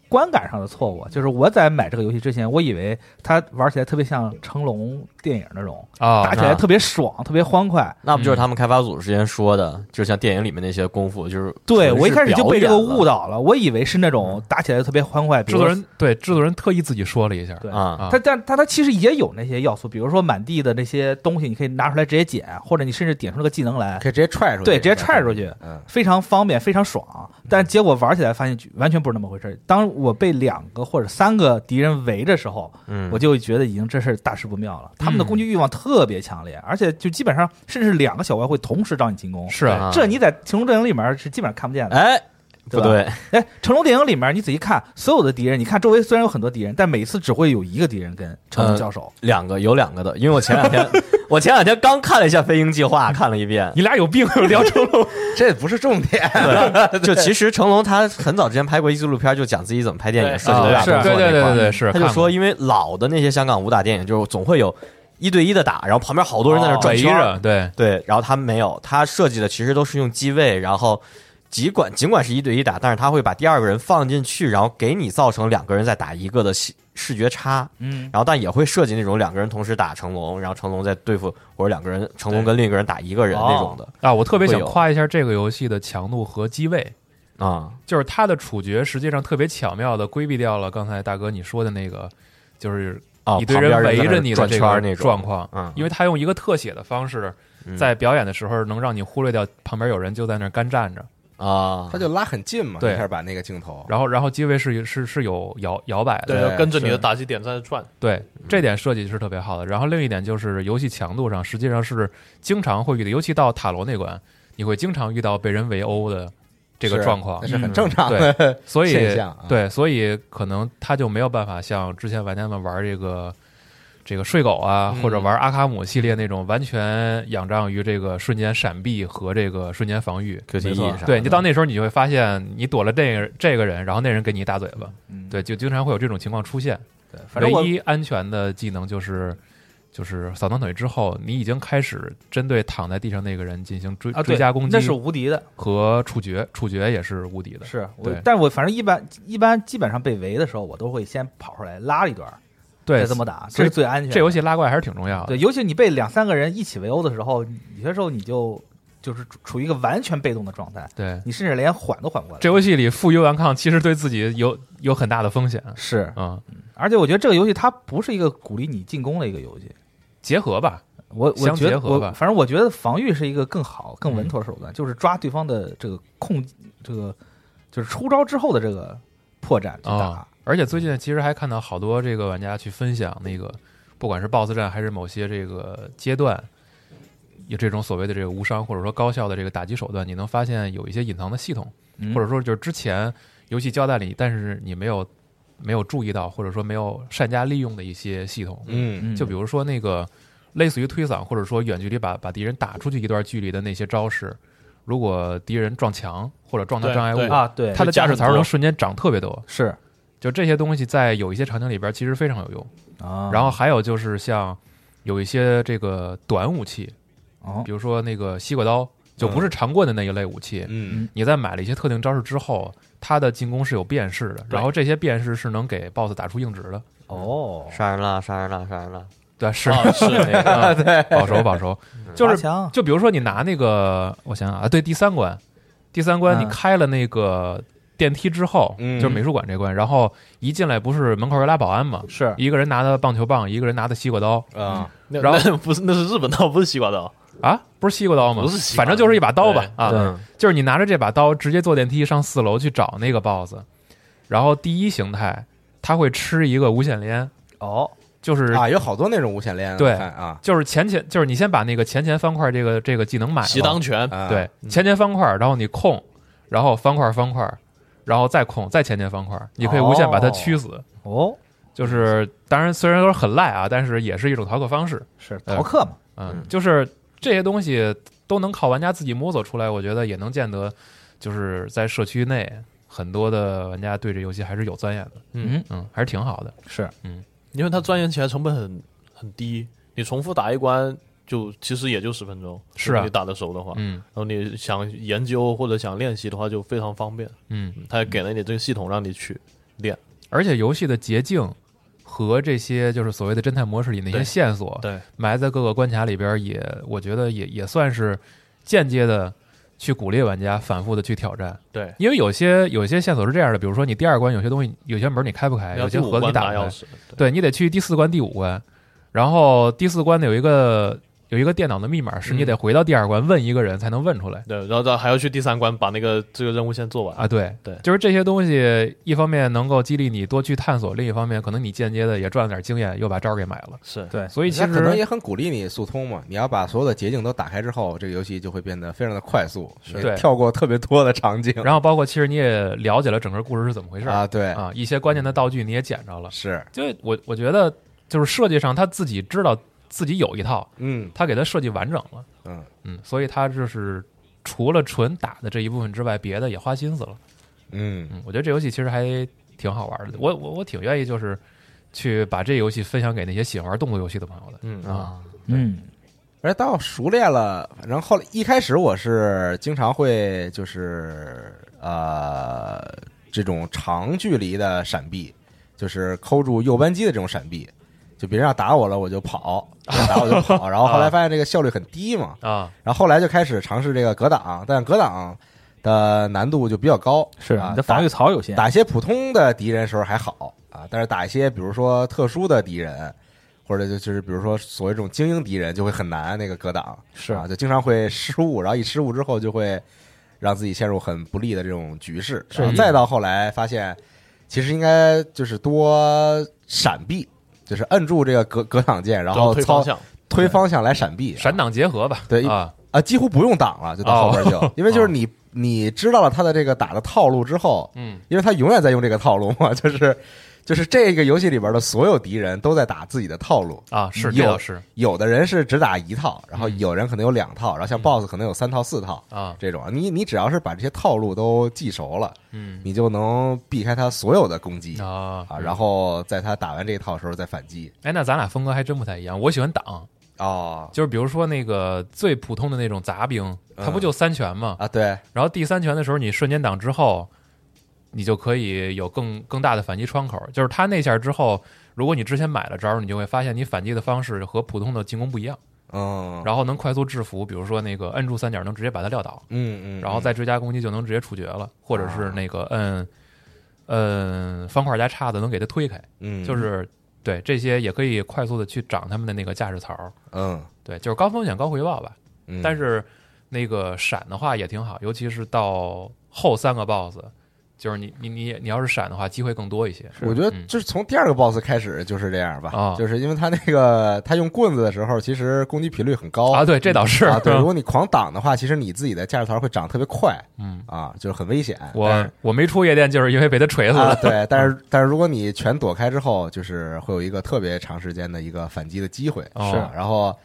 观感上的错误，就是我在买这个游戏之前，我以为他玩起来特别像成龙电影那种，
啊，
打起来特别爽，特别欢快。
那不就是他们开发组之前说的，就像电影里面那些功夫，就是
对我一开始就被这个误
导
导了，我以为是那种打起来特别欢快，比
制
如
作
说
人对制作人特意自己说了一下，
对
啊，
啊，
他但他他其实也有那些要素，比如说满地的那些东西，你可以拿出来直接捡，或者你甚至点出那个技能来，
可以直接踹出去，
对，直接踹出去，
嗯，
非常方便，非常爽。但结果玩起来发现完全不是那么回事儿。当我被两个或者三个敌人围的时候，
嗯，
我就觉得已经这事儿大事不妙了。他们的
嗯
攻击欲望特别强烈，而且就基本上甚至是两个小怪会同时找你进攻，
是啊，
啊
这你在《成龙阵营》里面是基本上看不见的。
哎，不
吧
对，
哎，成龙电影里面，你仔细看，所有的敌人，你看周围虽然有很多敌人，但每次只会有一个敌人跟成
呃
龙
[LAUGHS]
交手。
两个有两个的，因为我前两天我前两天刚看了一下《飞鹰计划》，看了一遍。
你俩有病，聊
[LAUGHS]
成龙，
这不是重点。
对，就其实成龙他很早之前拍过一纪录片，就讲自己怎么拍电影、
对
设计武打
是
动
对
作
对
那
对
块
对
儿
对，啊是，
他就说，因为老的那些香港武打电影，就是总会有一对一的打，然后旁边好多人在那转
哦围
圈儿，
着，对，
对，然后他没有，他设计的其实都是用机位，然后尽管尽管是一对一打，但是他会把第二个人放进去，然后给你造成两个人在打一个的视视觉差，
嗯，
然后但也会设计那种两个人同时打成龙，然后成龙在对付或者两个人成龙跟另一个人打一个人那种的
啊，我特别
会
想
有
夸一下这个游戏的强度和机位，
啊，
就是它的处决实际上特别巧妙的规避掉了刚才大哥你说的那个，就是
啊，
一堆
旁边
围
在那
着你的
转
这
圈儿那
个
种
状况，
嗯
因为他用一个特写的方式，
嗯
在表演的时候能让你忽略掉旁边有人就在那儿干站着，
啊，
他就拉很近嘛，
对
一下把那个镜头，
然后然后机位是是是有摇摇摆的，
对，要跟着你
是
的打击点在转。
对，
嗯
这点设计是特别好的。然后另一点就是游戏强度上，实际上是经常会遇到，尤其到塔罗那关，你会经常遇到被人围殴的这个
是
状况
那，是很
嗯
正
[LAUGHS]
常的
对，所以
现象啊
对，所以可能他就没有办法像之前玩家们玩这个这个睡狗啊，
嗯
或者玩阿卡姆系列那种完全仰仗于这个瞬间闪避和这个瞬间防御。
Q T E
没错
啥的，
对，你就
嗯
到那时候你就会发现，你躲了这个这个人，然后那人给你一大嘴巴，
嗯，
对，就经常会有这种情况出现。
对，反正我
唯一安全的技能就是。就是扫断腿之后，你已经开始针对躺在地上那个人进行追、
啊，
追
对
加攻击
那是无敌的，
和处决，处决也是无敌的。
是我
对，
但我反正一般一般基本上被围的时候，我都会先跑出来拉一段儿，
对
再，这么打，
所
这
以
是最安全的。
这游戏拉怪还是挺重要的。
对，尤其你被两三个人一起围殴的时候，你有些时候你就就是处处于一个完全被动的状态，
对，
你甚至连缓都缓不过来。
这游戏里负隅顽抗，其实对自己有有很大的风险。
是，
嗯，
而且我觉得这个游戏它不是一个鼓励你进攻的一个游戏。
结合吧，
我我
相
觉
结
得
合
我
吧嗯
反正我觉得防御是一个更好、更稳妥的手段，就是抓对方的这个控，这个就是出招之后的这个破绽去打
啊。而且最近其实还看到好多这个玩家去分享那个，不管是 BOSS 战还是某些这个阶段，有这种所谓的这个无伤或者说高效的这个打击手段，你能发现有一些隐藏的系统，
嗯
或者说就是之前游戏交代里，但是你没有没有注意到，或者说没有善加利用的一些系统。
嗯，
就比如说那个类似于推搡，或者说远距离把把敌人打出去一段距离的那些招式，如果敌人撞墙或者撞到
对
障碍
对
物，
啊，对，
它的
加
驾驶
很
槽
多
能瞬间涨特别多。
是
就这些东西在有一些场景里边其实非常有用。
啊，
然后还有就是像有一些这个短武器，
哦
比如说那个西瓜刀，就不是长棍的那一类武器。
嗯
你在买了一些特定招式之后，它的进攻是有变式的，然后这些变式是能给 BOSS 打出硬直的。
哦，
杀人了，杀人了，杀人了，
对，是、
啊是
[LAUGHS]
那个
对，保熟保熟，就是
拔枪
就比如说你拿那个，我想想啊，对，第三关，第三关
嗯
你开了那个电梯之后，
嗯
就是美术馆这关，然后一进来不是门口有俩保安嘛，
是
一个人拿的棒球棒，一个人拿的西瓜刀
啊，那
嗯然后
那不是那是日本刀，不是西瓜刀，
啊，不是西瓜刀吗？
不是西瓜嗯
反正就是一把刀吧
对
啊，就是你拿着这把刀直接坐电梯上四楼去找那个 BOSS，然后第一形态他会吃一个无限连，
哦，
就是
啊，有好多那种无限连啊
对
我看啊，
就是前前就是你先把那个前前方块这个这个技能买
习
了
当拳，
啊
对，前前方块儿，然后你控，然后方块儿方块儿，然后再控，再前前方块儿，你可以无限把它驱死。
哦，
就是当然虽然说很赖啊，但是也是一种逃课方式。
是
呃
逃课嘛，
嗯，就是这些东西都能靠玩家自己摸索出来，我觉得也能见得，就是在社区内很多的玩家对这游戏还是有钻研的。
嗯
嗯，还是挺好的。
是
因为它钻研起来成本很很低，你重复打一关就其实也就十分钟，
是啊
如果你打得熟的话，
嗯
然后你想研究或者想练习的话就非常方便，
嗯，
它也给了你这个系统让你去练，
而且游戏的捷径。和这些就是所谓的侦探模式里那些
对
线索，
对，
埋在各个关卡里边儿也，我觉得也也算是间接的去鼓励玩家反复的去挑战。
对，
因为有些有些线索是这样的，比如说你第二关有些东西，有些门你开不开，
然后
有
第
些盒
五
子你
关
打
拿
不
钥
开，
匙，
对你得去第四关、第五关，然后第四关的有一个有一个电脑的密码是你
嗯
得回到第二关问一个人才能问出来。
对，然后到还要去第三关把那个这个任务先做完，
啊，对
对
就是这些东西，一方面能够激励你多去探索，另一方面可能你间接的也赚了点经验，又把招儿给买了。
是
对，
所以其
他可能
实
也很鼓励你速通嘛。你要把所有的捷径都打开之后，这个游戏就会变得非常的快速，你
对
跳过特别多的场景。
然后包括其实你也了解了整个故事是怎么回事儿
啊，对，嗯
啊，一些关键的道具你也捡着了。
是，
就我我觉得，就是设计上他自己知道自己有一套，
嗯
他给他设计完整了，
嗯，
嗯，所以他就是除了纯打的这一部分之外，别的也花心思了。
嗯，
嗯，我觉得这游戏其实还挺好玩的，我我我挺愿意就是去把这游戏分享给那些喜欢玩动作游戏的朋友的。
嗯
啊，
嗯
而到熟练了，反正后来一开始我是经常会就是呃这种长距离的闪避，就是抠住右扳机的这种闪避，就别人要打我了我就
[LAUGHS]
跑，别人打我就跑，然后后来发现这个效率很低嘛，
啊，
然后后来就开始尝试这个格挡，但格挡的难度就比较高，
是
啊，
你的防御槽有限，
打一些普通的敌人时候还好啊，但是打一些比如说特殊的敌人，或者就就是比如说所谓这种精英敌人，就会很难那个格挡，
是
啊，就经常会失误，然后一失误之后就会让自己陷入很不利的这种局势，
是
然后再到后来发现，其实应该就是多闪避，就是摁住这个格格挡键，然
然后
后
推
操
方向，
推方向来闪避，
闪挡结合吧，
对一
啊，哦
啊，几乎不用挡了，就到后边就，因为就是你你知道了他的这个打的套路之后，
嗯，
因为他永远在用这个套路嘛，就是就是这个游戏里边的所有敌人都在打自己的套路。
啊，是
有
这倒是
有的人是只打一套，然后
嗯
有人可能有两套，然后像 BOSS 可能有三套、四套
啊，
这种。你你只要是把这些套路都记熟了，
嗯
你就能避开他所有的攻击啊，
啊
然后在他打完这一套的时候再反击。
哎，那咱俩风格还真不太一样。我喜欢挡，
哦
就是比如说那个最普通的那种杂兵，他不
嗯
就三拳吗？
啊，对，
然后第三拳的时候，你瞬间挡之后，你就可以有更更大的反击窗口。就是他那下之后，如果你之前买了招，你就会发现你反击的方式和普通的进攻不一样，
嗯，
然后能快速制服，比如说那个摁住三角能直接把他撂倒，
嗯嗯，
然后再追加攻击就能直接处决了，或者是那个摁摁方块加叉子能给他推开，
嗯，
就是对这些也可以快速的去长他们的那个驾驶槽。
嗯，
对，就是高风险高回报吧。
嗯
但是那个闪的话也挺好，尤其是到后三个 BOSS，就是你你你你要是闪的话，机会更多一些。
我觉得
嗯
就是从第二个 boss 开始就是这样吧，
啊
就是因为他那个他用棍子的时候，其实攻击频率很高
啊，对，这倒是
啊对，如
嗯
果你狂挡的话，其实你自己的驾驶槽会长得特别快
[LAUGHS] 嗯，
啊，就是很危险。但
我
是
我没出夜店就是因为被他锤死
啊，
的。
对，但是但是如果你全躲开之后，就是会有一个特别长时间的一个反击的机会，
哦
是，然后。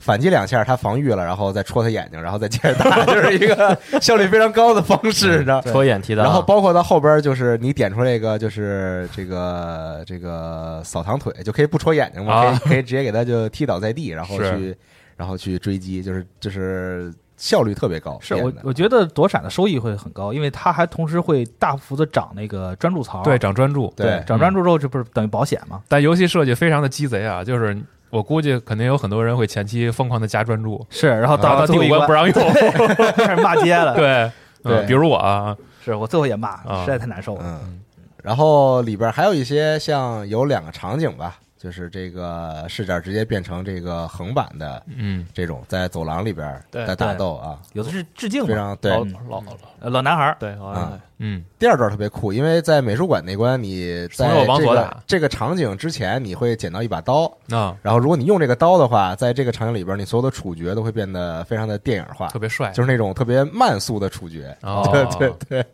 反击两下，他防御了，然后再戳他眼睛，然后再接着打， [LAUGHS] 就是一个效率非常高的方式，你知道？
戳眼提的啊，
然后包括到后边就是你点出这个就是这个这个扫堂腿就可以不戳眼睛嘛，
啊
可以可以直接给他就踢倒在地，然后
是
去然后去追击，就是就是效率特别高。
是
变
我
得
我觉得躲闪的收益会很高，因为它还同时会大幅的涨那个专注槽。
对，长专注。
啊
嗯
对
涨专注之后，这不是等于保险吗？
但游戏设计非常的鸡贼啊，就是我估计肯定有很多人会前期疯狂的加专注，
是，然
啊
后
到到
到
第五关不让用。
[LAUGHS]
开始骂街了。
[LAUGHS] 对，
对
嗯，比如我啊，
是我最后也骂
啊，
实在太难受了。
嗯，然后里边还有一些像有两个场景吧，就是这个视角直接变成这个横版的
嗯，
这种在走廊里边
对
在打斗啊，
有的是致敬
非
嘛，
常对。
老
嗯
老老
呃老男孩儿
对，好
啊
像还
嗯，
第二段特别酷，因为在美术馆那关，你在
从右往
这
左
个
打
这个场景之前，你会捡到一把刀，
啊，
然后如果你用这个刀的话，在这个场景里边，你所有的处决都会变得非常的电影化
特，别帅，
就是那种特别慢速的处决，
哦
[LAUGHS]
对 [LAUGHS] 对对，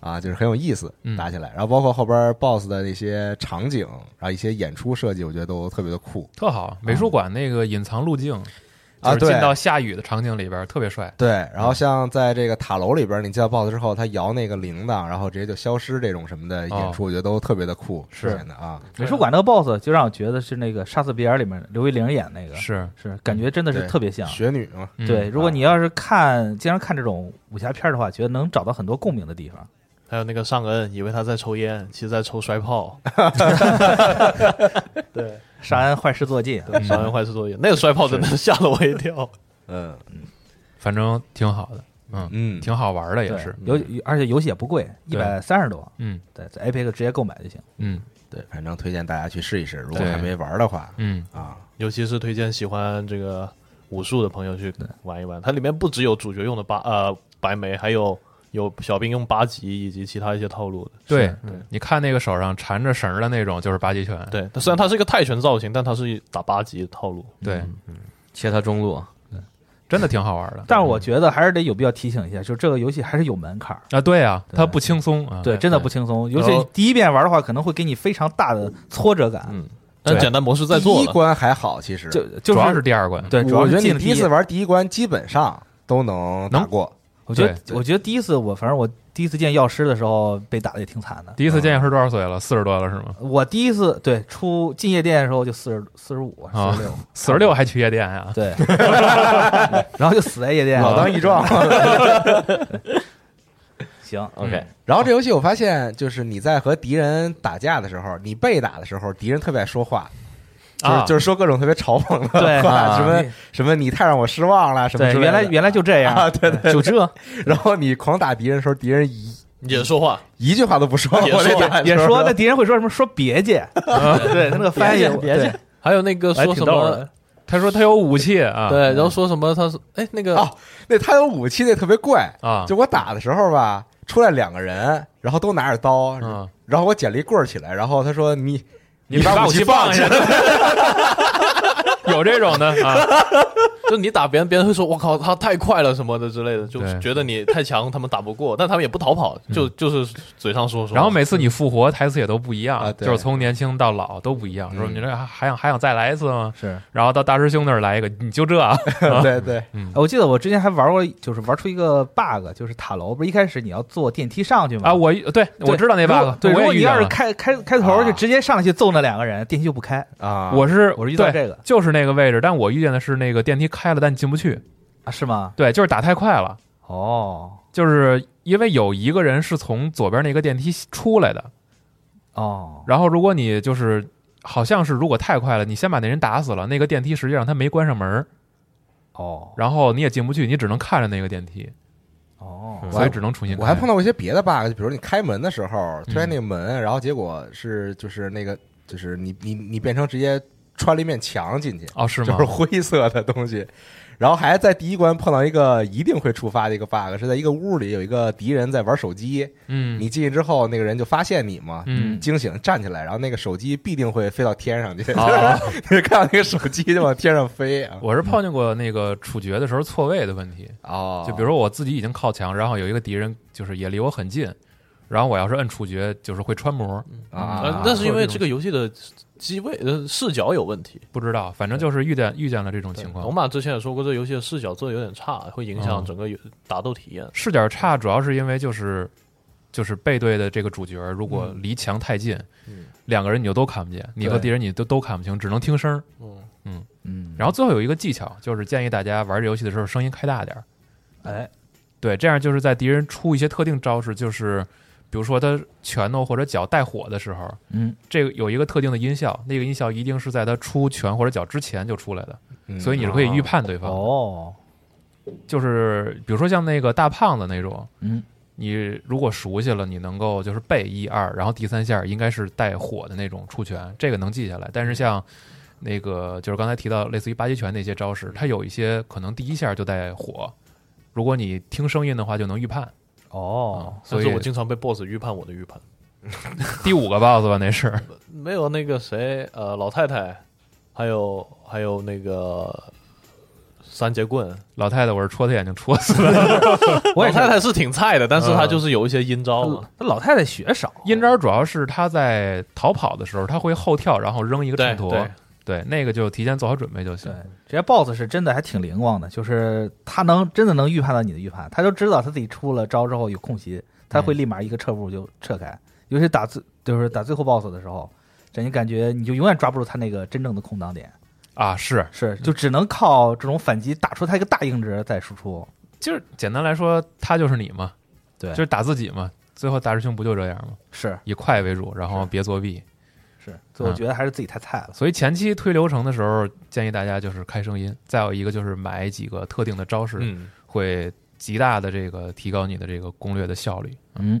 啊，就是很有意思，
嗯
打起来。然后包括后边 BOSS 的那些场景，然后一些演出设计，我觉得都特别的酷。
特好。美术馆那个隐藏路径，
啊
就是
对
进到下雨的场景里边，特别帅。
对，然后像在这个塔楼里边，你见到 BOSS 之后，他摇那个铃铛，然后直接就消失，这种什么的演出，我觉得都特别的酷，
是
的啊，
美术馆那个 boss 就让我觉得是那个《杀死比尔》里面刘一玲演那个，
是，
是感觉真的是
对
特别像。
雪女嘛，
嗯
对，，如果你要是看经常看这种武侠片儿的话，觉得能找到很多共鸣的地
嗯
方。
还有那个尚恩，以为他在抽烟，其实在抽摔炮。对，
杀人坏事做尽，
嗯
对尚恩坏事作业，那个摔炮真的吓了我一跳。
嗯
反正挺好的，嗯，
嗯，
挺好玩的也
对
是，
游而且游戏也不贵，一
对
百三十多，
嗯
对，在 Epic 直接购买就行。
嗯
对，反正推荐大家去试一试，如果
对
还没玩的话
嗯，
啊，
尤其是推荐喜欢这个武术的朋友去玩一玩。它里面不只有主角用的八呃白眉，还有有小兵用八级以及其他一些套路的。
对，你看那个手上缠着绳儿的那种，就是八极拳，
对，它虽然它是一个泰拳造型，但它是打八级套路。
对，
嗯
切他中路，
真的挺好玩的。嗯
但是我觉得还是得有必要提醒一下，就是这个游戏还是有门槛儿，
啊，对啊，
对
它不轻松啊，
对，真的不轻松。尤
然
其
后
你第一遍玩的话，可能会给你非常大的挫折感。
嗯，但简单模式在
第
做
一
了。
关还好，其实
就就
主要是第二关，
对，主要
我
是
觉得
进
你
了
第一次，玩第一关基本上都能打
能
过，
我觉得
对
我觉得第一次我反正我第一次见药师的时候被打的也挺惨的。
第一次见是多少岁了？四十多了是吗？
我第一次对出进夜店的时候就四十四十五
啊
四十六，
四十六还啊去夜店呀？
对， [LAUGHS] 然后就死在夜店了，
老当益壮。
[LAUGHS] 行
OK
然后这游戏我发现，就是你在和敌人打架的时候，你被打的时候，敌人特别爱说话，就是、
啊，
就是说各种特别嘲讽的 [LAUGHS]
对
话，
啊
什么什么你太让我失望了，什么
对，
之类
原来
的
原来就这样，
啊，对对。
就这
[LAUGHS] 然后你狂打敌人的时候，敌人一
也说话，
一句话都不说，
也
我这
说
打的
也
时候
说那敌人会说什么？说别介，
[LAUGHS]
对他那个翻译，
别介别介
对
还有那个
还
说
挺
什
逗
么
的，
他说他有武器啊，
对，然后说什么他是哎那个
哦那他有武器那特别怪，
啊，
就我打的时候吧，出来两个人，然后都拿着刀，
嗯
然后我捡了一棍儿起来，然后他说你
把
把
武 [LAUGHS]
器
放
下，
[LAUGHS]
有这种的啊，
就你打别人，别人会说“我靠，他太快了”什么的之类的，就
对
觉得你太强，他们打不过，但他们也不逃跑，就就是嘴上说说。
然后每次你复活台词也都不一样，
啊对
就是从年轻到老都不一样。说
嗯
你这还还想还想再来一次吗？
是，
然后到大师兄那儿来一个，你就这
[LAUGHS]
啊？
对对，
哎我记得我之前还玩过，就是玩出一个 bug，就是塔楼不是一开始你要坐电梯上去吗？
啊，我对我知道那
如果
bug，
对，如
我
果
也
你
遇到
要是
了。
开开开头就直接上去揍那两个人，电梯就不开。
啊，
我是
我是遇到
对
这个
就是那个位置，但我遇见的是那个电梯开了，但进不去。
啊，是吗？
对，就是打太快了，
哦
就是因为有一个人是从左边那个电梯出来的，
哦
然后如果你就是好像是如果太快了，你先把那人打死了，那个电梯实际上它没关上门儿，
哦
然后你也进不去，你只能看着那个电梯，
哦，
所以只能重新开。
嗯我还碰到过一些别的 bug，就比如你开门的时
嗯
候推开那个门，然后结果是就是那个就是你你你变成直接穿了一面墙进去，
哦，是
就
吗
是？灰色的东西。然后还在第一关碰到一个一定会触发的一个 bug，是在一个屋里有一个敌人在玩手机，
嗯，
你进去之后，那个人就发现你嘛，
嗯
惊醒站起来，然后那个手机必定会飞到天上去，
哦
[LAUGHS] 你看到那个手机就往天上飞啊。
我是碰见过那个处决的时候错位的问题，
哦
就比如说我自己已经靠墙，然后有一个敌人就是也离我很近，然后我要是摁处决，就是会穿模，
呃
啊，
那是因为这个游戏的机位呃视角有问题。
不知道，反正就是遇见遇见了这种情
龙
况。
马之前也说过，这游戏的视角做的有点差，会影响
嗯
整个游打斗体验。
视角差主要是因为就是就是背对的这个主角如果离墙太近，两个人你就都看不见，你和
嗯对
敌人你都都看不清，只能听声儿。
嗯，
然后最后有一个技巧，就是建议大家玩这游戏的时候声音开大点儿。
哎
对，这样就是在敌人出一些特定招式，就是比如说他拳头或者脚带火的时候，
嗯，
这个有一个特定的音效，那个音效一定是在他出拳或者脚之前就出来的，所以你是可以预判对方的。
嗯哦
就是比如说像那个大胖子那种，
嗯，
你如果熟悉了，你能够就是背一二，然后第三下应该是带火的那种出拳，这个能记下来。但是像那个就是刚才提到类似于八极拳那些招式，它有一些可能第一下就带火，如果你听声音的话就能预判。啊
哦
所以
但是我经常被 BOSS 预判我的预判。
[LAUGHS] 第五个 BOSS 吧，那是 [LAUGHS]
没有那个谁，呃，老太太，还有还有那个三节棍，
老太太，我是戳她眼睛戳死了。
我
老
也是
太太是挺菜的，但是她就是有一些阴招嘛。
那老太太血少，
嗯阴招主要是她在逃跑的时候，她会后跳，然后扔一个
对
秤砣
对，
对，那个就提前做好准备就行
对。，这些 BOSS 是真的还挺灵光的，就是他能真的能预判到你的预判，他就知道他自己出了招之后有空隙，他会立马一个撤步就撤开。尤其打最就是打最后 BOSS 的时候，这你感觉你就永远抓不住他那个真正的空档点，
啊，是
是就只能靠这种反击打出他一个大硬直再输出。
就是简单来说，他就是你嘛，
对
就是打自己嘛。最后大师兄不就这样吗？
是
以快为主，然后别作弊。
是，啊所以
嗯
我觉得还是自己太菜了。
所以前期推流程的时候，建议大家就是开声音，再有一个就是买几个特定的招式，
嗯，
会极大的这个提高你的这个攻略的效率。
嗯，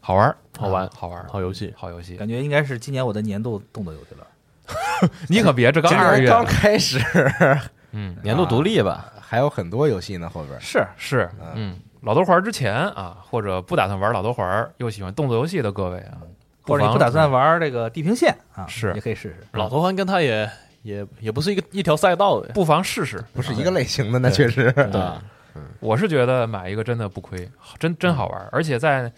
好玩儿，
好玩
啊好玩儿，
好游戏。
好游戏。
感觉应该是今年我的年度动作游戏了。
你可别，这刚
这
二月，
刚开始，啊
嗯，
年度独立吧，
还有很多游戏呢，后边
是
是，嗯，老头环儿之前啊，或者不打算玩老头环儿，又喜欢动作游戏的各位啊，
或者你
妨
不打算玩这个地平线啊，
是
也可以试试。
老头环跟他也也也不是一个一条赛道的。
不妨试试。
不是一个类型的，那确实
我是觉得买一个真的不亏，真真好玩
嗯
儿。而且在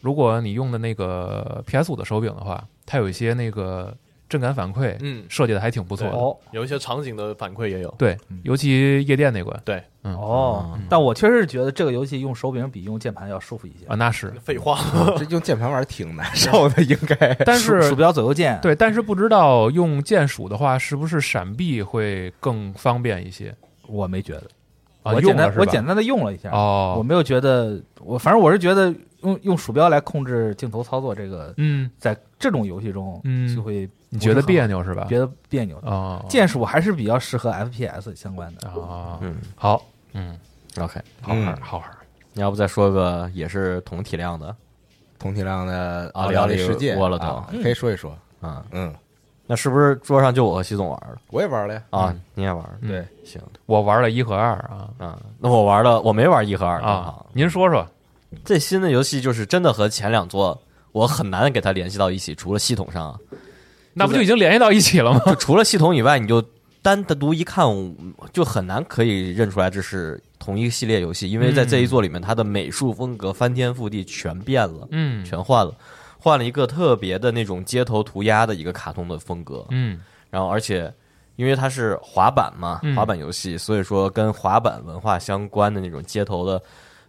如果你用的那个 PS 五的手柄的话，它有一些那个震感反馈，
嗯，
设计的还挺不错的。
哦
有一些场景的反馈也有。
对，
嗯
尤其夜店那关
哦，但我确实觉得这个游戏用手柄比用键盘要舒服一些。
啊，那是。
废 [LAUGHS] 话，
[LAUGHS] 这用键盘玩挺难受 [LAUGHS] 的，应该
[LAUGHS]
但
鼠鼠
是
标左右键，
对，但是不知道用键鼠的话，是不是闪避会更方便一些？
我没觉得。
啊
我
用
简
了
单
是吧
我简单的用了一下，我
哦，
没有觉得我反正我是觉得用用鼠标来控制镜头操作这个，
嗯，
在这种游戏中
嗯
就会
你觉得别
扭，
扭是吧？
觉得别扭。
哦，
键鼠还是比较适合 FPS 相关的。
啊，
嗯
好，嗯，
，OK。
好玩儿，
嗯
好玩儿。
你要不再说个也是同体量的？
同体量的
奥
奥
利
利
奥
奥
利
利世界，
沃勒
啊
德
可以说一说。
嗯，
嗯，
那是不是桌上就我和习总玩了
我也玩了呀。
啊？你也玩？
嗯
对，行
我玩了一和二啊
啊。那我玩了，我没玩一和二
啊，您说说，
这新的游戏就是真的和前两座我很难给它联系到一起，除了系统上啊，
那不就已经联系到一起了吗？
就除了系统以外，你就单独一看就很难可以认出来这是同一系列游戏，因为在
嗯
这一座里面，它的美术风格翻天覆地，全变了，
嗯
全换了，换了一个特别的那种街头涂鸦的一个卡通的风格，
嗯
然后而且因为它是滑板嘛
嗯，
滑板游戏，所以说跟滑板文化相关的那种街头的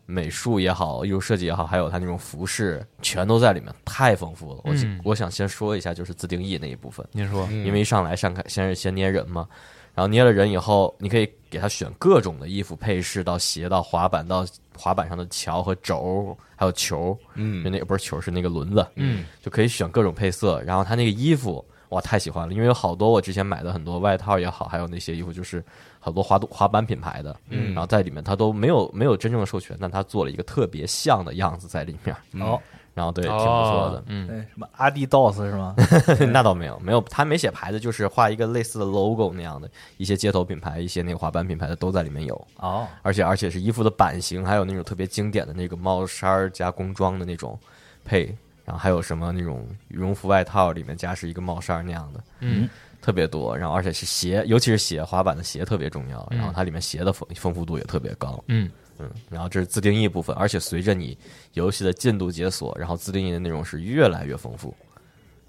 美术也好，艺术设计也好，还有它那种服饰，全都在里面，太丰富了。我想、
嗯
我想先说一下，就是自定义那一部分，
您说，
因为一上来上开先是先捏人嘛。然后捏了人以后，你可以给他选各种的衣服配饰，到鞋，到滑板，到滑板上的桥和轴，还有球，
嗯
就那不是球，是那个轮子，
嗯
就可以选各种配色。然后它那个衣服，哇，太喜欢了，因为有好多我之前买的很多外套也好，还有那些衣服，就是好多滑滑板品牌的，嗯，然后在里面它都没有没有真正的授权，但它做了一个特别像的样子在里面，
哦，
然后对，挺不错
哦
的，。
嗯
那什么阿迪 DOS
[LAUGHS]
是吗？
[LAUGHS] 那倒没有，没有，他没写牌子，就是画一个类似的 logo 那样的，一些街头品牌、一些那个滑板品牌的都在里面有，
哦，
而且而且是衣服的版型，还有那种特别经典的那个帽衫儿加工装的那种配，然后还有什么那种羽绒服外套里面加是一个帽衫儿那样的，
嗯，
特别多。然后而且是鞋，尤其是鞋，滑板的鞋特别重要，
嗯
然后它里面鞋的丰丰富度也特别高。
嗯
嗯，然后这是自定义部分，而且随着你游戏的进度解锁，然后自定义的内容是越来越丰富。嗯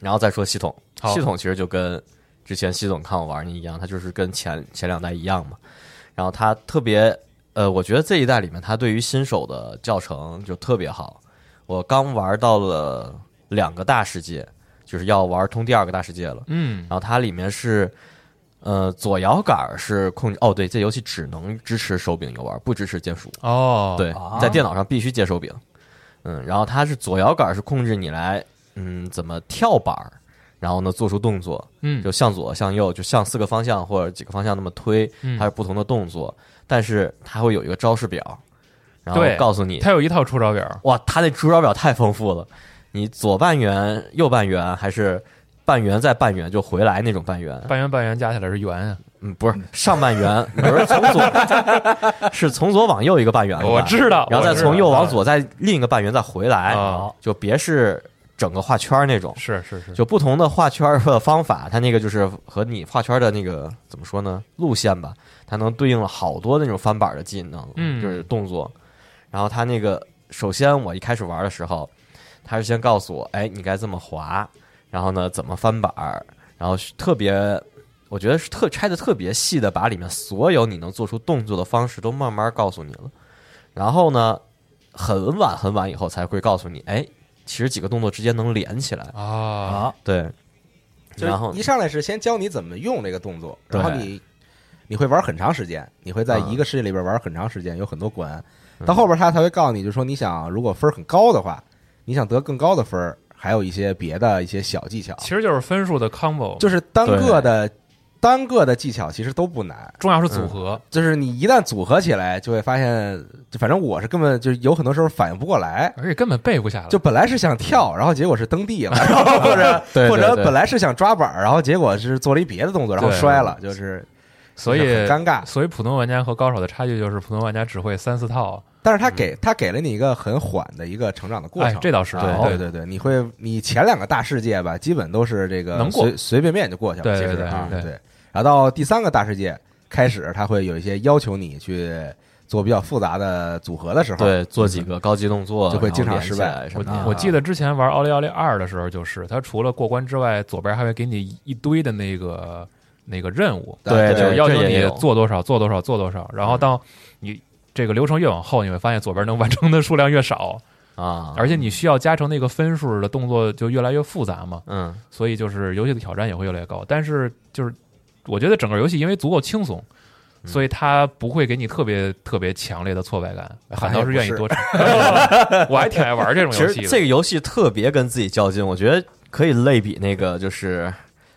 然后再说系统，
好
系统其实就跟之前系统看我玩儿的一样，它就是跟前前两代一样嘛。然后它特别，呃，我觉得这一代里面，它对于新手的教程就特别好。我刚玩到了两个大世界，就是要玩通第二个大世界了。
嗯
然后它里面是，呃，左摇杆儿是控制。哦，对，这游戏只能支持手柄游玩，不支持键鼠。
哦，
对，在电脑上必须接手柄。嗯，然后它是左摇杆是控制你来，嗯，怎么跳板儿，然后呢做出动作，
嗯
就向左、向右，就向四个方向或者几个方向那么推，
嗯
它有不同的动作，但是它会有一个招式表，然后
对
告诉你，
它有一套出招表，
哇，它那出招表太丰富了，你左半圆、右半圆还是半圆再半圆就回来那种半圆，
半圆半圆加起来是圆啊，
嗯，不是上半圆，我是从左，是从左往右一个半圆，
我知道，
然后再
我知道嗯
从右往，左再另一个半圆再回来
啊，
就别是整个画圈儿那种，
是是是，
就不同的画圈儿的方法，它那个就是和你画圈儿的那个怎么说呢路线吧，它能对应了好多那种翻板儿的技能，
嗯
就是动作。然后它那个首先我一开始玩的时候，它是先告诉我，哎，你该这么滑，然后呢怎么翻板儿，然后是特别。我觉得是特拆的特别细的，把里面所有你能做出动作的方式都慢慢告诉你了。然后呢，很晚很晚以后才会告诉你，哎，其实几个动作之间能连起来。
啊，
啊，
对，
就是
然后
一上来是先教你怎么用这个动作，
对
然后你你会玩很长时间，你会在
嗯
一个世界里边玩很长时间，有很多关。到后边他才会告诉你，就说你想如果分儿很高的话，你想得更高的分儿，还有一些别的一些小技巧，
其实就是分数的 combo，
就是单个的单个的技巧其实都不难，
重要是组合，
就是你一旦组合起来，就会发现，就反正我是根本就是有很多时候反应不过来。
而且根本背不下来，
就本来是想跳，然后结果是蹬地了，然
[LAUGHS]
后或者
对对
或者
对
本来是想抓板儿，然后结果是做了一别的动作，然后
对
摔了，就是
所以嗯
就是很尴尬
所以普通玩家和高手的差距就是普通玩家只会三四套，
但是他给他给了你一个很缓的一个成长的过
哎
程，，
这倒是
啊对对对，你会你前两个大世界吧，基本都是这个
能过
随随便便就过去了，
嗯对
其实
对
啊
对
对。然后到第三个大世界开始，他会有一些要求你去做比较复杂的组合的时候，
对做几个高级动作
就会经常
然后连
失败
起来什
我
么啊的
我记得之前玩《奥利奥利二》的时候，就是它除了过关之外，左边还会给你一堆的那个那个任务，
对
就是
对
要
这
求
也
你
有
做多少，做多少，做多少。然后到你这个流程越往后，你会发现左边能完成的数量越少，
啊，
而且你需要加成那个分数的动作就越来越复杂嘛，
嗯
所以就是游戏的挑战也会越来越高。但是就是我觉得整个游戏因为足够轻松。
嗯
所以它不会给你特别特别强烈的挫败感，反倒是愿意多尝。 [LAUGHS] 我还挺爱玩这种
其
游
实
戏的。
这个游戏特别跟自己较劲，我觉得可以类比那个就是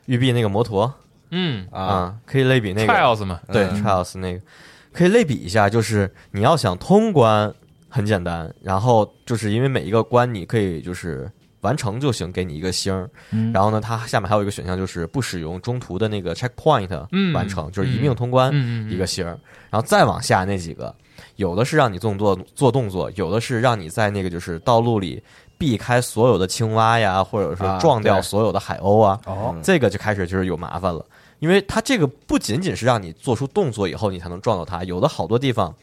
育碧那个摩托
嗯
啊，，
可以类比那个
Trials 嘛，
对
嗯
Trials 那个可以类比一下，就是你要想通关很简单，然后就是因为每一个关你可以就是。完成就行，给你一个星儿。
嗯
然后呢，它下面还有一个选项，就是不使用中途的那个 checkpoint
嗯
完成，就是一
嗯
命通关。
嗯嗯，
一个星儿，然后再往下那几个，有的是让你动作做动作，有的是让你在那个就是道路里避开所有的青蛙呀，或者
啊
是撞掉
对
所有的海鸥啊，
哦
这个就开始就是有麻烦了。因为它这个不仅仅是让你做出动作以后你才能撞到它，有的好多地方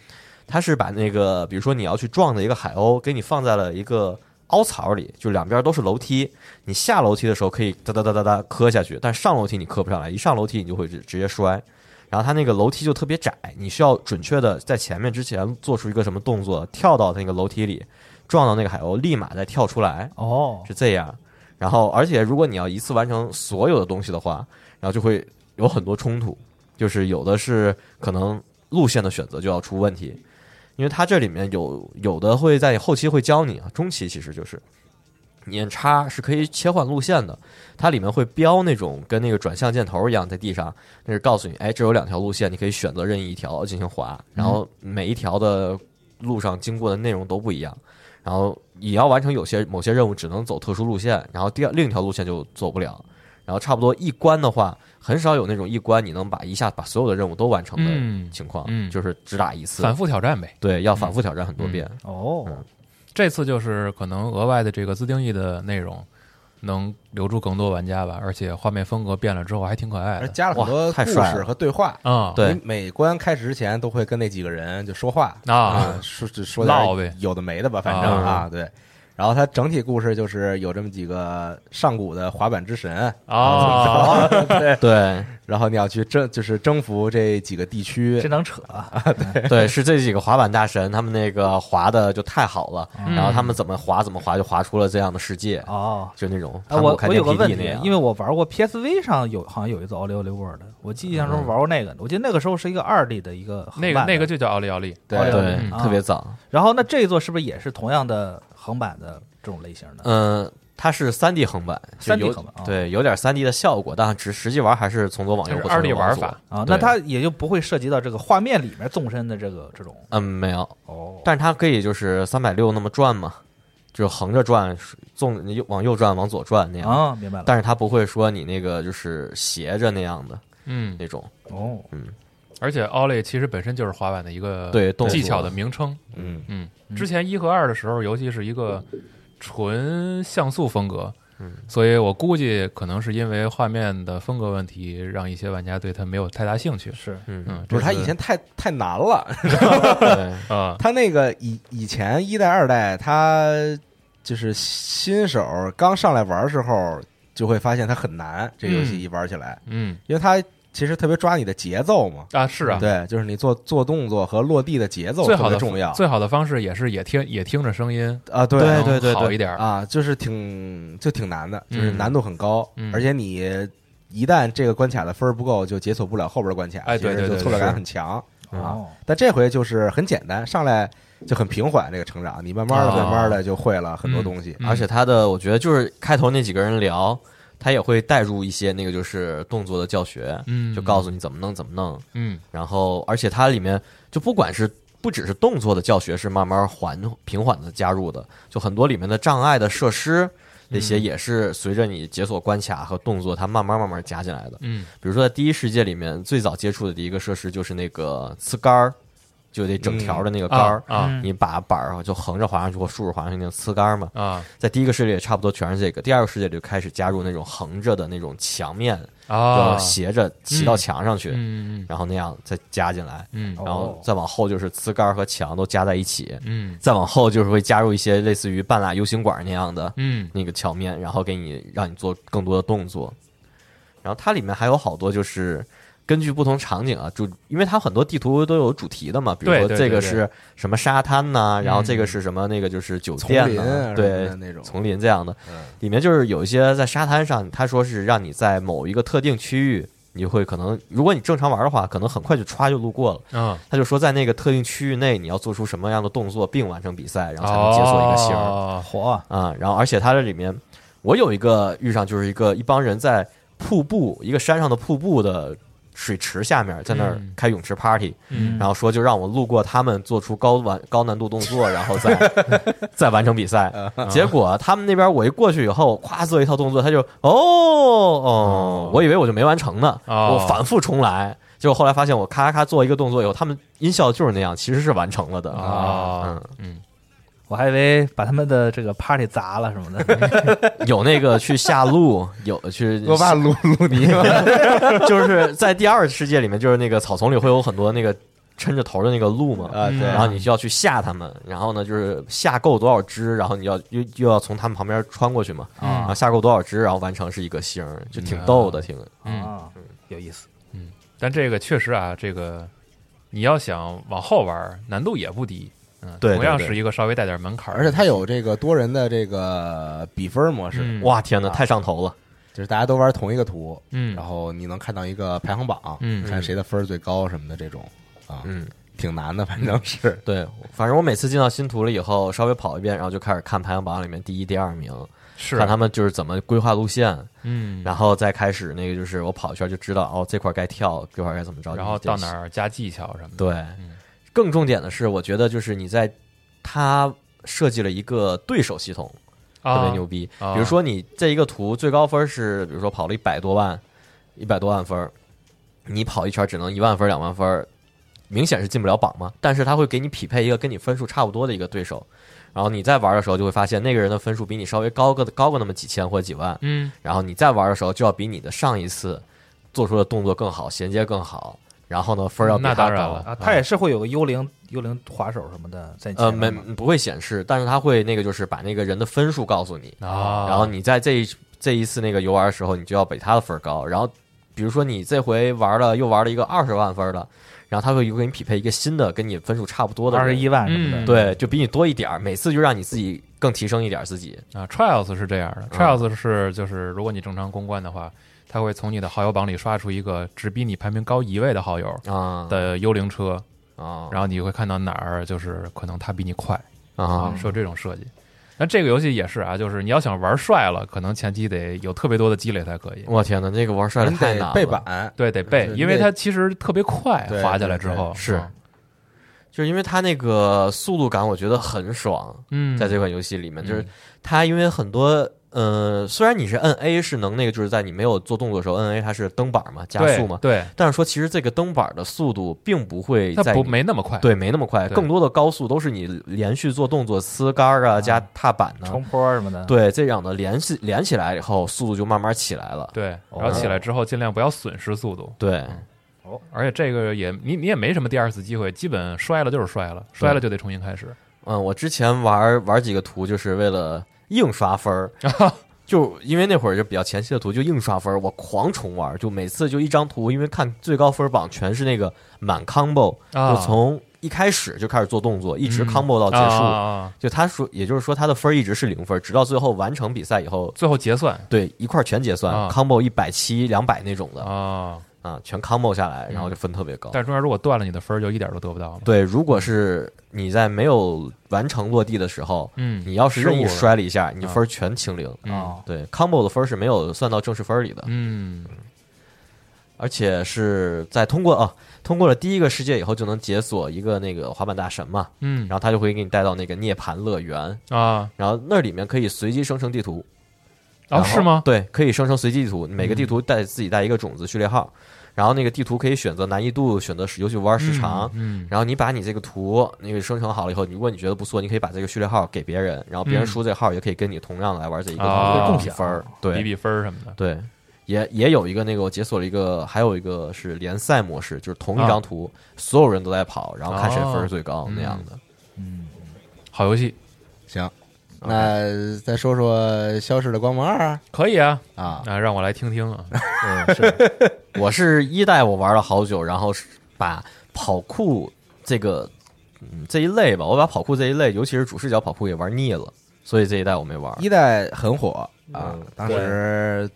它是把那个，比如说你要去撞的一个海鸥，给你放在了一个凹槽里，就两边都是楼梯，你下楼梯的时候可以哒哒哒哒哒磕下去，但上楼梯你磕不上来，一上楼梯你就会直直接摔。然后它那个楼梯就特别窄，你需要准确的在前面之前做出一个什么动作，跳到那个楼梯里，撞到那个海鸥，立马再跳出来。
哦，
是这样。然后，而且如果你要一次完成所有的东西的话，然后就会有很多冲突，就是有的是可能路线的选择就要出问题，因为它这里面有有的会在后期会教你啊，中期其实就是你按叉是可以切换路线的，它里面会标那种跟那个转向箭头一样在地上，那是告诉你，哎，这有两条路线，你可以选择任意一条进行滑，然后每一条的路上经过的内容都不一样。然后你要完成有些某些任务，只能走特殊路线，然后第二另一条路线就走不了。然后差不多一关的话，很少有那种一关你能把一下把所有的任务都完成
嗯
的情况，
嗯
就是只打一次，
反复挑战呗。
对，要反复挑战很多遍。
嗯
哦，
这次就是可能额外的这个自定义的内容，能留住更多玩家吧。而且画面风格变了之后，还挺可爱
而
的
加了很多
哇太
故
帅
事
了
和对话。
啊。
对嗯
你每关开始之前都会跟那几个人就说话
啊
说只说
唠呗
点有的没的吧，反正
啊
啊，对。然后它整体故事就是有这么几个上古的滑板之神，
嗯
[LAUGHS]
啊，
对，
对
然后你要去征，就是征服这几个地区
这，能扯啊！
对，是这几个滑板大神，他们那个滑的就太好了，然后他们怎么滑怎么滑就滑出了这样的世界，
哦，
就那种
哎，
韩国
我
开
我
天
有个
辟
问
地那
题啊
样，。
因为我玩过 PSV 上有好像有一个 o l i o l i World，我记忆当中玩过那个，我记得那个时候是一个二 D 的一个
嗯
横
那个
版的
那个就叫奥利奥利，
对
哦
对，
嗯
特别早。
然后那这一座是不是也是同样的横版的这种类型的？
嗯，它是三 D 横版，就
3D
有
横版啊
对，有点三 D 的效果，但只实际玩还是从左往
就
右
是
或
二 D
从右往
玩
左
法。
啊，
对
那它也就不会涉及到这个画面里面纵深的这个这种
嗯，没有，
哦
但是它可以就是三百六那么转嘛，就是横着转，纵右往右转，往左转那样。
啊，明白了
但是它不会说你那个就是斜着那样的
嗯，
那种，
哦，
而且奥利其实本身就是滑板的一个
对动作
技巧的名称。
嗯，
嗯，之前一和二的时候，尤其是一个纯像素风格，嗯，所以我估计可能是因为画面的风格问题，让一些玩家对它没有太大兴趣。
是
嗯，
嗯，
不是它
这次
以前太太难了，
对，
啊，
它那个以以前一代二代，它就是新手刚上来玩的时候就会发现它很难，这游戏一玩起来，
嗯
因为它其实特别抓你的节奏嘛，
啊是啊，
对，就是你做做动作和落地的节奏
最
特
好
别
的
重要
最好的方式也是也听也听着声音，
啊，对
对
能
对对
好一点儿。
啊，就是挺就挺难的，就是
嗯
难度很高，
嗯
而且你一旦这个关卡的分儿不够，就解锁不了后边儿关卡，
哎对
其实
对对
就挫折
是
感很强。啊
哦，
但这回就是很简单，上来就很平缓，这个成长，你慢慢的、
啊
慢慢的就会了很多东西。
嗯
而且它的我觉得就是开头那几个人聊，他也会带入一些那个就是动作的教学，
嗯
就告诉你怎么弄怎么弄，
嗯
然后而且它里面就不管是不只是动作的教学是慢慢缓平缓的加入的，就很多里面的障碍的设施。那
嗯
些也是随着你解锁关卡和动作，它慢慢慢慢加进来的。
嗯
比如说，在第一世界里面，最早接触的第一个设施就是那个呲杆儿，就那整条的那个杆儿
啊、啊
你把板儿就横着滑上去或竖着滑上去，那个呲杆儿嘛。
啊
在第一个世界也差不多全是这个，第二个世界就开始加入那种横着的那种墙面，
啊
就斜着骑到墙上去，
嗯
然后那样再加进来，
嗯
然后再往后就是呲杆儿和墙都加在一起，
嗯
再往后就是会加入一些类似于半拉 U 型管那样的
嗯
那个桥面，然后给你让你做更多的动作。然后它里面还有好多就是根据不同场景啊，主因为它很多地图都有主题的嘛，比如
对
说
对
这个
对
是什么沙滩呐、然后这
嗯
个是什么那个就是酒
丛
店
林
呐、
啊什么
对
的那种
丛林这样的，里面就是有一些在沙滩上，他说是让你在某一个特定区域。你会可能，如果你正常玩的话，可能很快就歘就路过了。
啊，
他就说，在那个特定区域内，你要做出什么样的动作，并完成比赛，然后才能解锁一个星儿。
哦
火
啊、然后而且它这里面，我有一个遇上就是一个一帮人在瀑布一个山上的瀑布的水池下面，在那儿
嗯
开泳池 party，、
嗯
然后说就让我路过他们做出高完高难度动作，然后再再完成比赛。结果他们那边我一过去以后，咵做一套动作，他就哦哦，我以为我就没完成呢，
哦
我反复重来。结果后来发现我
哦
咔咔咔做一个动作以后，他们音效就是那样，其实是完成了的
啊
嗯，
嗯，
我还以为把他们的这个 party 砸了什么
[LAUGHS]
的。
有那个去下路，有去
恶霸鲁鲁尼吗？
[LAUGHS] 就是在第二世界里面，就是那个草丛里会有很多那个抻着头的那个鹿嘛，
啊
嗯
对
然后你就要去吓它们，然后呢就是下够多少只，然后你要又又要从它们旁边穿过去嘛，
嗯
然后下够多少只，然后完成是一个星儿，就挺逗的，挺
啊，有意思。
嗯但这个确实啊，这个你要想往后玩儿，难度也不低。嗯，
对对
同样
对
是一个稍微带点门槛儿，
而且它有这个多人的这个比分模式，
嗯
哇天哪，太上头了，
就是大家都玩同一个图，
嗯
然后你能看到一个排行榜，
嗯
看谁的分儿最高什么的这种啊，
嗯。
挺难的，反正是
对，反正我每次进到新图了以后，稍微跑一遍，然后就开始看排行榜里面第一、第二名，
是
看他们就是怎么规划路线，
嗯，
然后再开始那个就是我跑一圈就知道哦，这块儿该跳，这块儿该怎么着，
然后到哪
儿？
儿嗯加技巧什么的。
对，更重点的是，我觉得就是你在他设计了一个对手系统，特别
啊，
牛逼。
啊
比如说你这一个图最高分是，比如说跑了一百多万，一百多万分儿，你跑一圈只能一万分儿、两万分儿，明显是进不了榜嘛。但是他会给你匹配一个跟你分数差不多的一个对手，然后你在玩的时候就会发现那个人的分数比你稍微高个高个那么几千或者几万，
嗯，
然后你再玩的时候就要比你的上一次做出的动作更好，衔接更好。然后呢，分儿要比
嗯那
他
当然
高
了
啊，他也是会有个幽灵、幽灵滑手什么的在你
呃，
前
没
面吗
不会显示，但是它会那个就是把那个人的分数告诉你，
啊，
然后你在这一这一次那个游玩的时候，你就要比他的分儿高。然后比如说你这回玩了又玩了一个二十万分儿的，然后他会给你匹配一个新的跟你分数差不多的
二
人
十一万什么的，
嗯
对，就比你多一点儿，每次就让你自己更提升一点儿自己。
啊，Trials 是这样
嗯
的，Trials 是就是如果你正常公关的话，他会从你的好友榜里刷出一个只比你排名高一位的好友
啊
的幽灵车，
啊
然后你会看到哪儿就是可能他比你快
啊！
是有这种设计。那这个游戏也是啊，就是你要想玩帅了，可能前期得有特别多的积累才可以。
我天 [LAUGHS] 哪，那个玩帅的
人
太难
得
了。
背板，
对，得背，
对
因为它其实特别快
对，
滑下来之后
对是
嗯
就是因为它那个速度感，我觉得很爽。
嗯，
在这款游戏里面，就是
嗯
它因为很多呃，虽然你是摁 A 是能那个，就是在你没有做动作的时候，摁 A 它是蹬板嘛，加速嘛，
对，
但是说其实这个蹬板的速度并不会
对它
在
不
你
没那么快，
对没那么快，
对
更多的高速都是你连续做动作呲杆儿啊加踏板呢、
冲坡什么的，
对这样的连续连起来以后，速度就慢慢起来了。
对，然后
哦
起来之后尽量不要损失速度，
对
而且这个也你你也没什么第二次机会，基本摔了就是摔了，摔了就得重新开始。
嗯，我之前玩玩几个图，就是为了硬刷
[LAUGHS]
分儿，就因为那会儿就比较前期的图就硬刷分儿，我狂重玩儿，就每次就一张图，因为看最高分榜全是那个满 combo，、
啊
就从一开始就开始做动作，一直
嗯
combo 到结束，
啊啊啊
就他说，也就是说他的分儿一直是零分儿，直到最后完成比赛以后，
最后结算
对一块儿全结算、
啊
combo 一百七、两百那种的啊
啊，嗯
全 combo 下来，然后就分特别高。
但是中间如果断了你的分儿，就一点都得不到了。
对，如果是你在没有完成落地的时候，
嗯
你要是任意
失误了
摔了一下，你就分儿全清零。啊
嗯
对，combo 的分儿是没有算到正式分儿里的，
嗯
而且是在通过啊，通过了第一个世界以后，就能解锁一个那个滑板大神嘛，
嗯
然后他就会给你带到那个涅槃乐园，
啊
然后那里面可以随机生成地图。然
哦
后
是吗？嗯
对，可以生成随机地图，每个地图带自己带一个种子序列号，然后那个地图可以选择难易度，选择使游戏玩时长，
嗯
然后你把你这个图那个生成好了以后，如果你觉得不错，你可以把这个序列号给别人，然后别人
嗯
输这个号也可以跟你同样来玩这一个
啊
共享分儿，
比
对
比分儿什么的
对。也也有一个那个，我解锁了一个，还有一个是联赛模式，就是同一
啊
张图，所有人都在跑，然后看谁分儿最高、
哦
那样的。
好游戏
行。那再说说《消逝的光芒二》啊
可以啊
啊，
啊，让我来听听啊。
嗯，是。我是一代，我玩了好久，然后是把跑酷这个嗯这一类吧，我把跑酷这一类，尤其是主视角跑酷也玩腻了，所以这一代我没玩。
一代很火啊，当时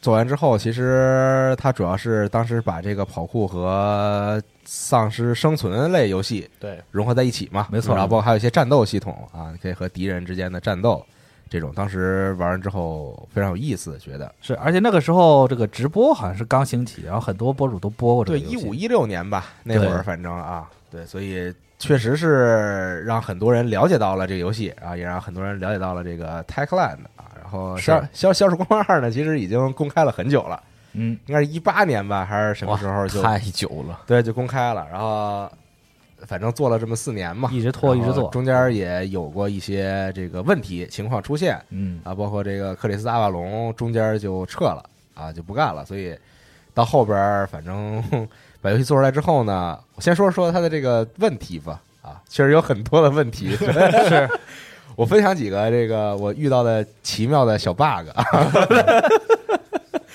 做完之后，其实它主要是当时把这个跑酷和丧尸生存类游戏
对
融合在一起嘛，
没错
然后包括还有一些战斗系统啊，你可以和敌人之间的战斗，这种当时玩完之后非常有意思，觉得
是，而且那个时候这个直播好像是刚兴起，然后很多博主都播过这
对
个游戏。
一五一六年吧，那会儿
对
反正啊，对，所以确实是让很多人了解到了这个游戏，啊，也让很多人了解到了这个 Techland 啊。然后
是
消消消失光芒二呢，其实已经公开了很久了，
嗯，
应该是一八年吧，还是什么时候就
太久了？
对就公开了。然后反正做了这么四年嘛，
一直
啊
拖
然后
一直做
中间也有过一些这个问题情况出现
嗯，
啊，包括这个克里斯阿瓦隆中间就撤了啊，就不干了，所以到后边儿反正 [LAUGHS] 哎把游戏做出来之后呢，我先说说它的这个问题吧啊，确实有很多的问题，是。我分享几个这个我遇到的奇妙的小 bug 啊，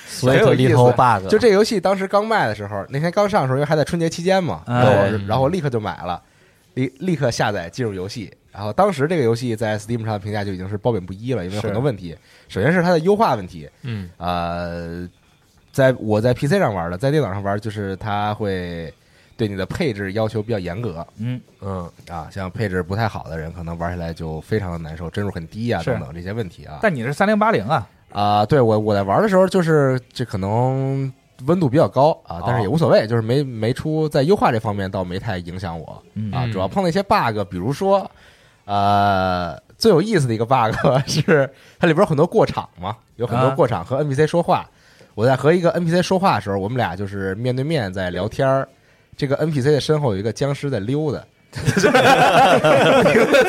所以
很有意思
little bug
就这游戏当时刚卖的时候，那天刚上的时候，因为还在春节期间嘛，然后我就
哎
然后我立刻就买了，立立刻下载进入游戏。然后当时这个游戏在 Steam 上的评价就已经是褒贬不一了，因为有很多问题。首先是它的优化问题，
嗯
呃，在我在 PC 上玩的，在电脑上玩就是它会对你的配置要求比较严格，
嗯
嗯啊，像配置不太好的人，可能玩起来就非常的难受，帧数很低啊
是
等等这些问题啊。
但你是三零八零啊，
啊，对我我在玩的时候，就是这可能温度比较高啊，但是
哦
也无所谓，就是没没出在优化这方面倒没太影响我
嗯
啊，
嗯
主要碰到一些 bug，比如说呃最有意思的一个 bug [LAUGHS] 是它里边有很多过场嘛，有很多
啊
过场和 NPC 说话，我在和一个 NPC 说话的时候，我们俩就是面对面在聊天儿。这个 NPC 的身后有一个僵尸在溜
[LAUGHS]
达， [LAUGHS]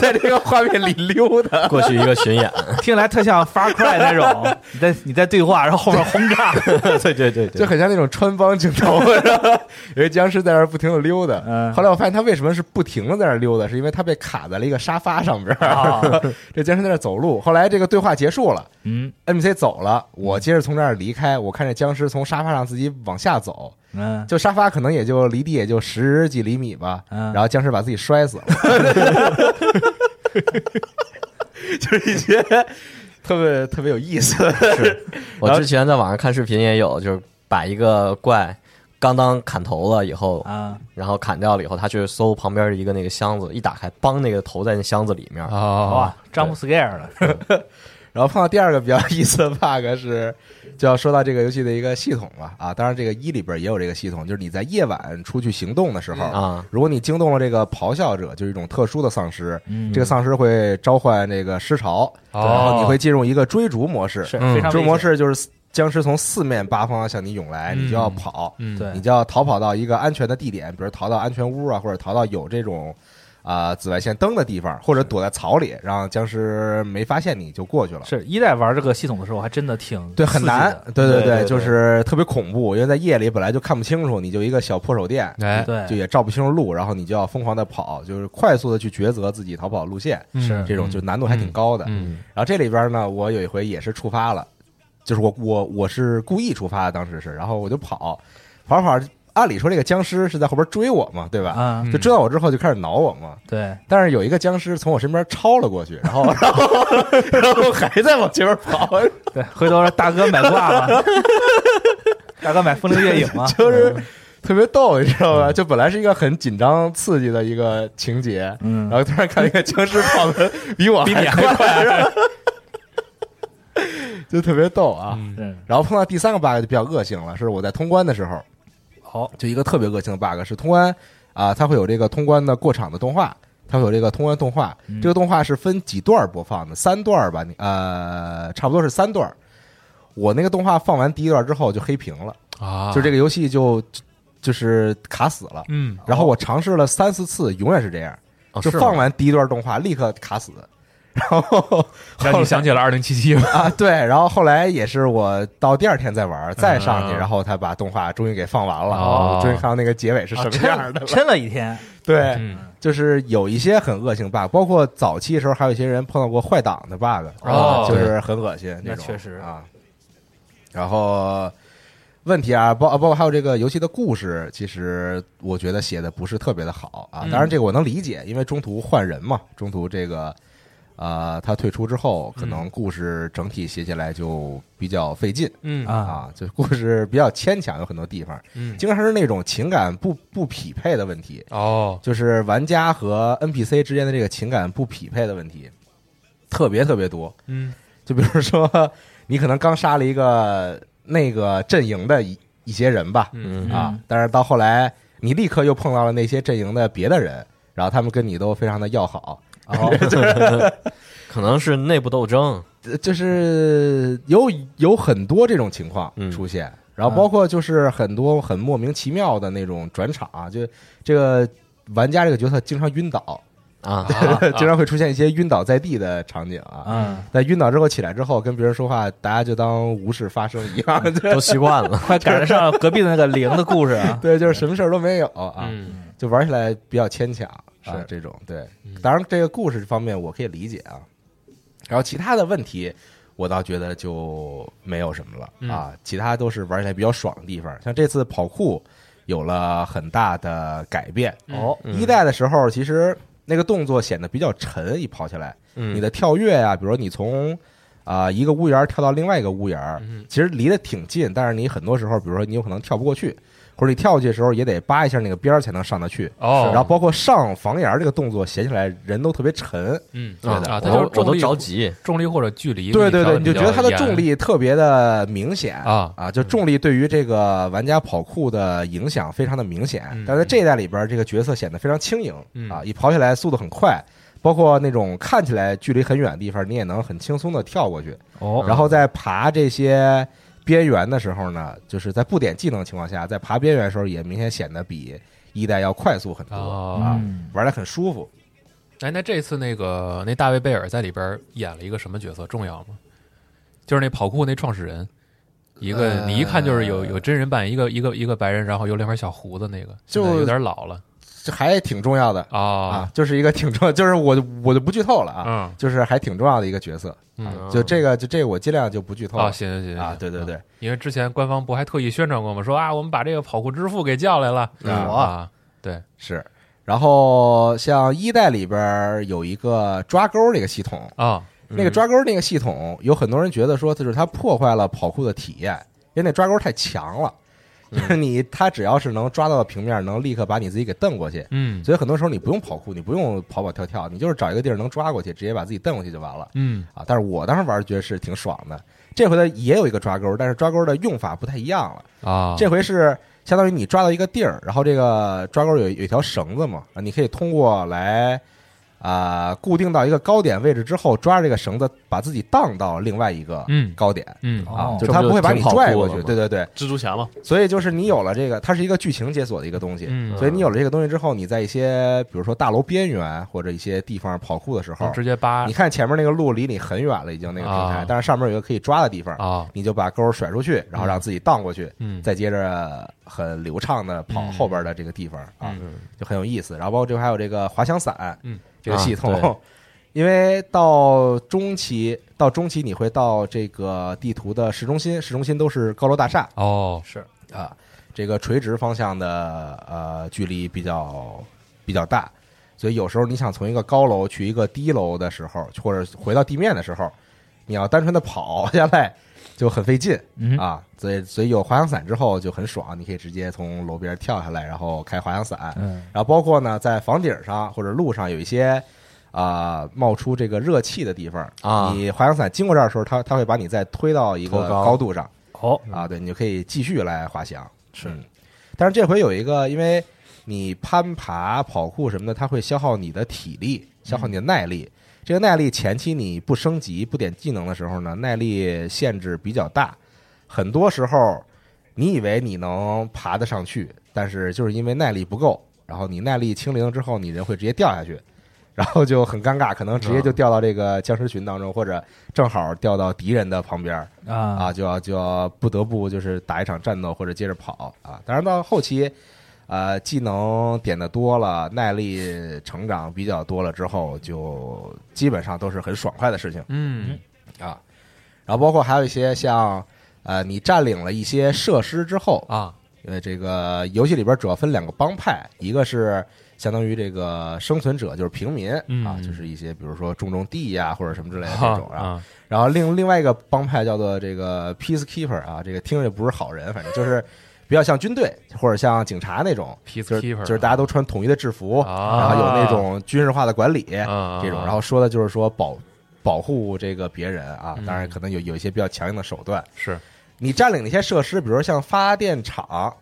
在这个画面里溜达，
过去一个巡演，
听来特像 Far Cry 那
[LAUGHS]
种，你在你在对话，然后后面轰炸，
对对对
就
对，
很像那种穿帮镜头，然后有一僵尸在那儿不停的溜达。
嗯
后来我发现他为什么是不停的在那儿溜达，是因为他被卡在了一个沙发上边儿。 [LAUGHS] 这僵尸在那儿走路。后来这个对话结束了
哦嗯
，NPC 走了，我接着从这儿离开。我看这僵尸从沙发上自己往下走，
嗯，
就沙发可能也就离地也就十几厘米吧，
嗯
然后僵尸把自己摔死了， [LAUGHS] 就是一些特别特别有意思的
我之前在网上看视频也有，就是把一个怪刚当砍头了以后，
啊，
然后砍掉了以后，他去搜旁边的一个那个箱子，一打开，梆，那个头在那箱子里面。
啊
哇，张 scare 了，
然后碰到第二个比较有意思的 bug 是，就要说到这个游戏的一个系统了啊。当然，这个一里边也有这个系统，就是你在夜晚出去行动的时候，
啊，
如果你惊动了这个咆哮者，就是一种特殊的丧尸，
嗯
这个丧尸会召唤这个尸潮，
哦
然后你会进入一个追逐模式。
是
嗯
非常危险
追逐模，式就是僵尸从四面八方向你涌来，你就要
嗯
跑，
嗯，
对
你就要逃跑到一个安全的地点，比如逃到安全屋啊，或者逃到有这种啊、呃紫外线灯的地方，或者躲在草里，让僵尸没发现你就过去了。
[LAUGHS] 是一代玩这个系统的时候，还真的挺
对，很
刺激的
难，对对
对对对
就是特别恐怖，因为在夜里本来就看不清楚，你就一个小破手电，
哎，
就
对，
也照不清楚路，然后你就要疯狂的跑，就是快速的去抉择自己逃跑路线，
是
这种就难度还挺高的。
嗯
然后这里边呢，我有一回也是触发了，就是我我我是故意触发的，当时是，然后我就跑，跑着跑着，按理说这个僵尸是在后边追我嘛，对吧？
啊，
就追到我之后就开始挠我嘛，
对，
但是有一个僵尸从我身边超了过去，然后 [LAUGHS] 然后然后还在往前面跑，
对，回头说大哥买
[LAUGHS]
挂了，大哥买风铃月影了，
就是 [LAUGHS] 特别逗，你知道吧？就本来是一个很紧张刺激的一个情节，
嗯
然后突然看一个僵尸跑的比我还快， [LAUGHS] 就特别逗啊。
是
然后碰到第三个 bug 就比较恶性了，是我在通关的时候，
好，
就一个特别恶性的 bug 是通关啊、它会有这个通关的过场的动画。它会有这个通关动画，
嗯
这个动画是分几段播放的，三段吧，你呃，差不多是三段。我那个动画放完第一段之后就黑屏了，
啊，
就这个游戏就就是卡死了。
嗯
然后我尝试了三四次，永远是这样，
哦
就是
吗
放完第一段动画立刻卡死， [LAUGHS] 然后
让你想起了二零七七吧，
啊 [LAUGHS] 对，然后后来也是我到第二天再玩，再上去，
嗯
然后他把动画终于给放完了，
哦
我终于看到那个结尾是什么样的了。
抻了一天，
对，
嗯
就是有一些很恶性 bug，包括早期的时候还有一些人碰到过坏档的 bug，
哦
啊就是很恶心
那
这种，
确实
啊。然后问题啊，包包括还有这个游戏的故事，其实我觉得写的不是特别的好啊。
嗯
当然这个我能理解，因为中途换人嘛，中途这个呃他退出之后，可能故事整体写起来就比较费劲。
嗯
啊
啊，就故事比较牵强，有很多地方，
嗯
经常是那种情感不不匹配的问题，
哦，
就是玩家和 NPC 之间的这个情感不匹配的问题，特别特别多。
嗯
就比如说， [LAUGHS] 你可能刚杀了一个那个阵营的一一些人吧，
嗯
啊，但是到后来你立刻又碰到了那些阵营的别的人，然后他们跟你都非常的要好，
可能是内部斗争，
呃就是有有很多这种情况
嗯
出现。然后包括就是很多很莫名其妙的那种转场啊，就这个玩家这个角色经常晕倒，
啊，
经常会出现一些晕倒在地的场景啊。
嗯，
但晕倒之后起来之后跟别人说话，大家就当无事发生一
[LAUGHS]
样，对。
都习惯了。
快赶得上隔壁的那个零的故事
[LAUGHS]
啊
对，就是什么事儿都没有啊，
嗯
就玩起来比较牵强啊
是，
这种对。当然，这个故事方面我可以理解啊，然后其他的问题我倒觉得就没有什么了啊，其他都是玩起来比较爽的地方。像这次跑酷有了很大的改变，
哦，
一代的时候其实那个动作显得比较沉，一跑起来。你
嗯，
的跳跃呀、比如你从啊、一个屋檐儿跳到另外一个屋檐儿，其实离得挺近，但是你很多时候，比如说你有可能跳不过去，或者你跳过去的时候也得扒一下那个边儿才能上得去。
哦
然后包括上房檐儿这个动作写起来人都特别沉，
嗯
对的
啊，它就是
我我
重
都
力
着急，
重力或者距离，
对对对，你就觉得它
它
的重力特别的明显
啊
啊，就重力对于这个玩家跑酷的影响非常的明显。但是在这一代里边儿，这个角色显得非常轻盈
嗯
啊，一跑起来速度很快，包括那种看起来距离很远的地方，你也能很轻松的跳过去。
哦，
然后在爬这些边缘的时候呢，就是在不点技能的情况下，在爬边缘的时候也明显显得比一代要快速很多，
哦
啊。
嗯，
玩的很舒服。
哎，那这次那个那大卫贝尔在里边演了一个什么角色重要吗？就是那跑酷那创始人，一个、
呃
你一看就是有有真人版，一个一个一个白人，然后有两块小胡子那个，
就
现在有点老了
这还挺重要的
啊
啊，就是一个挺重，就是我就我就不剧透了啊，
嗯
就是还挺重要的一个角色。
嗯
就这个就这个我尽量就不剧透
啊，
了
行行行
啊，对对，对
行，因为之前官方不还特意宣传过吗？说啊，我们把这个跑酷之父给叫来了
啊
啊，对，
是。然后像一代里边儿有一个抓钩这个系统，
啊，
那个抓钩那个系统，有很多人觉得说，就是它破坏了跑酷的体验，因为那抓钩太强了，
嗯
[LAUGHS] 就是你它只要是能抓到平面，能立刻把你自己给蹬过去。
嗯
所以很多时候你不用跑酷，你不用跑跑跳跳，你就是找一个地儿能抓过去，直接把自己蹬过去就完了
嗯
啊！但是我当时玩儿觉得是挺爽的。这回呢也有一个抓钩，但是抓钩的用法不太一样了。
啊，
这回是相当于你抓到一个地儿，然后这个抓钩有有一条绳子嘛，啊你可以通过来啊、固定到一个高点位置之后，抓着这个绳子把自己荡到另外一个
嗯
高点。
嗯
啊，
哦
就是它不会把你
这不就挺好
拽过
过
去，
了吗
对对对，
蜘蛛侠嘛，
所以就是你有了这个，它是一个剧情解锁的一个东西，
嗯
所以你有了这个东西之后，你在一些比如说大楼边缘或者一些地方跑酷的时候
能，直接扒
你看前面那个路离你很远了，已经那个平台
啊，
但是上面有一个可以抓的地方，
啊，
你就把钩甩出去，然后让自己荡过去，
嗯
再接着很流畅的跑
嗯
后边的这个地方啊
嗯，
就很有意思。然后包括这个还有这个滑翔伞，
嗯，
这个系
啊对
统， [LAUGHS] 因为到中期到中期你会到这个地图的市中心，市中心都是高楼大厦
哦，
啊，这个垂直方向的呃距离比较比较大，所以有时候你想从一个高楼去一个低楼的时候，或者回到地面的时候，你要单纯的跑下来就很费劲。
嗯，
啊，所以所以有滑翔伞之后就很爽，你可以直接从楼边跳下来，然后开滑翔伞，
嗯
然后包括呢在房顶上或者路上有一些啊、冒出这个热气的地方
啊
你滑翔伞经过这儿的时候，它它会把你再推到一个
托高
高度上
哦，
啊，对你就可以继续来滑翔。是、但是这回有一个，因为你攀爬、跑酷什么的，它会消耗你的体力，消
嗯
耗你的耐力。这个耐力前期你不升级、不点技能的时候呢，耐力限制比较大，很多时候你以为你能爬得上去，但是就是因为耐力不够，然后你耐力清零之后，你人会直接掉下去。然后就很尴尬，可能直接就掉到这个僵尸群当中，或者正好掉到敌人的旁边儿，
啊
啊，就要就要不得不就是打一场战斗或者接着跑啊。当然到后期，呃，技能点的多了，耐力成长比较多了之后，就基本上都是很爽快的事情
嗯
啊。然后包括还有一些像呃，你占领了一些设施之后，
啊，
呃，这个游戏里边主要分两个帮派，一个是相当于这个生存者，就是平民
嗯
啊，就是一些比如说种种地呀、或者什么之类的这种啊。
啊
然后另另外一个帮派叫做这个 Peacekeeper 啊，这个听着不是好人，反正就是比较像军队或者像警察那种
Peacekeeper，
就是就是大家都穿统一的制服，
啊
然后有那种军事化的管理、
啊
这种，
啊
然后说的就是说保保护这个别人啊，
嗯
当然可能有有一些比较强硬的手段。
是
你占领那些设施，比如说像发电厂。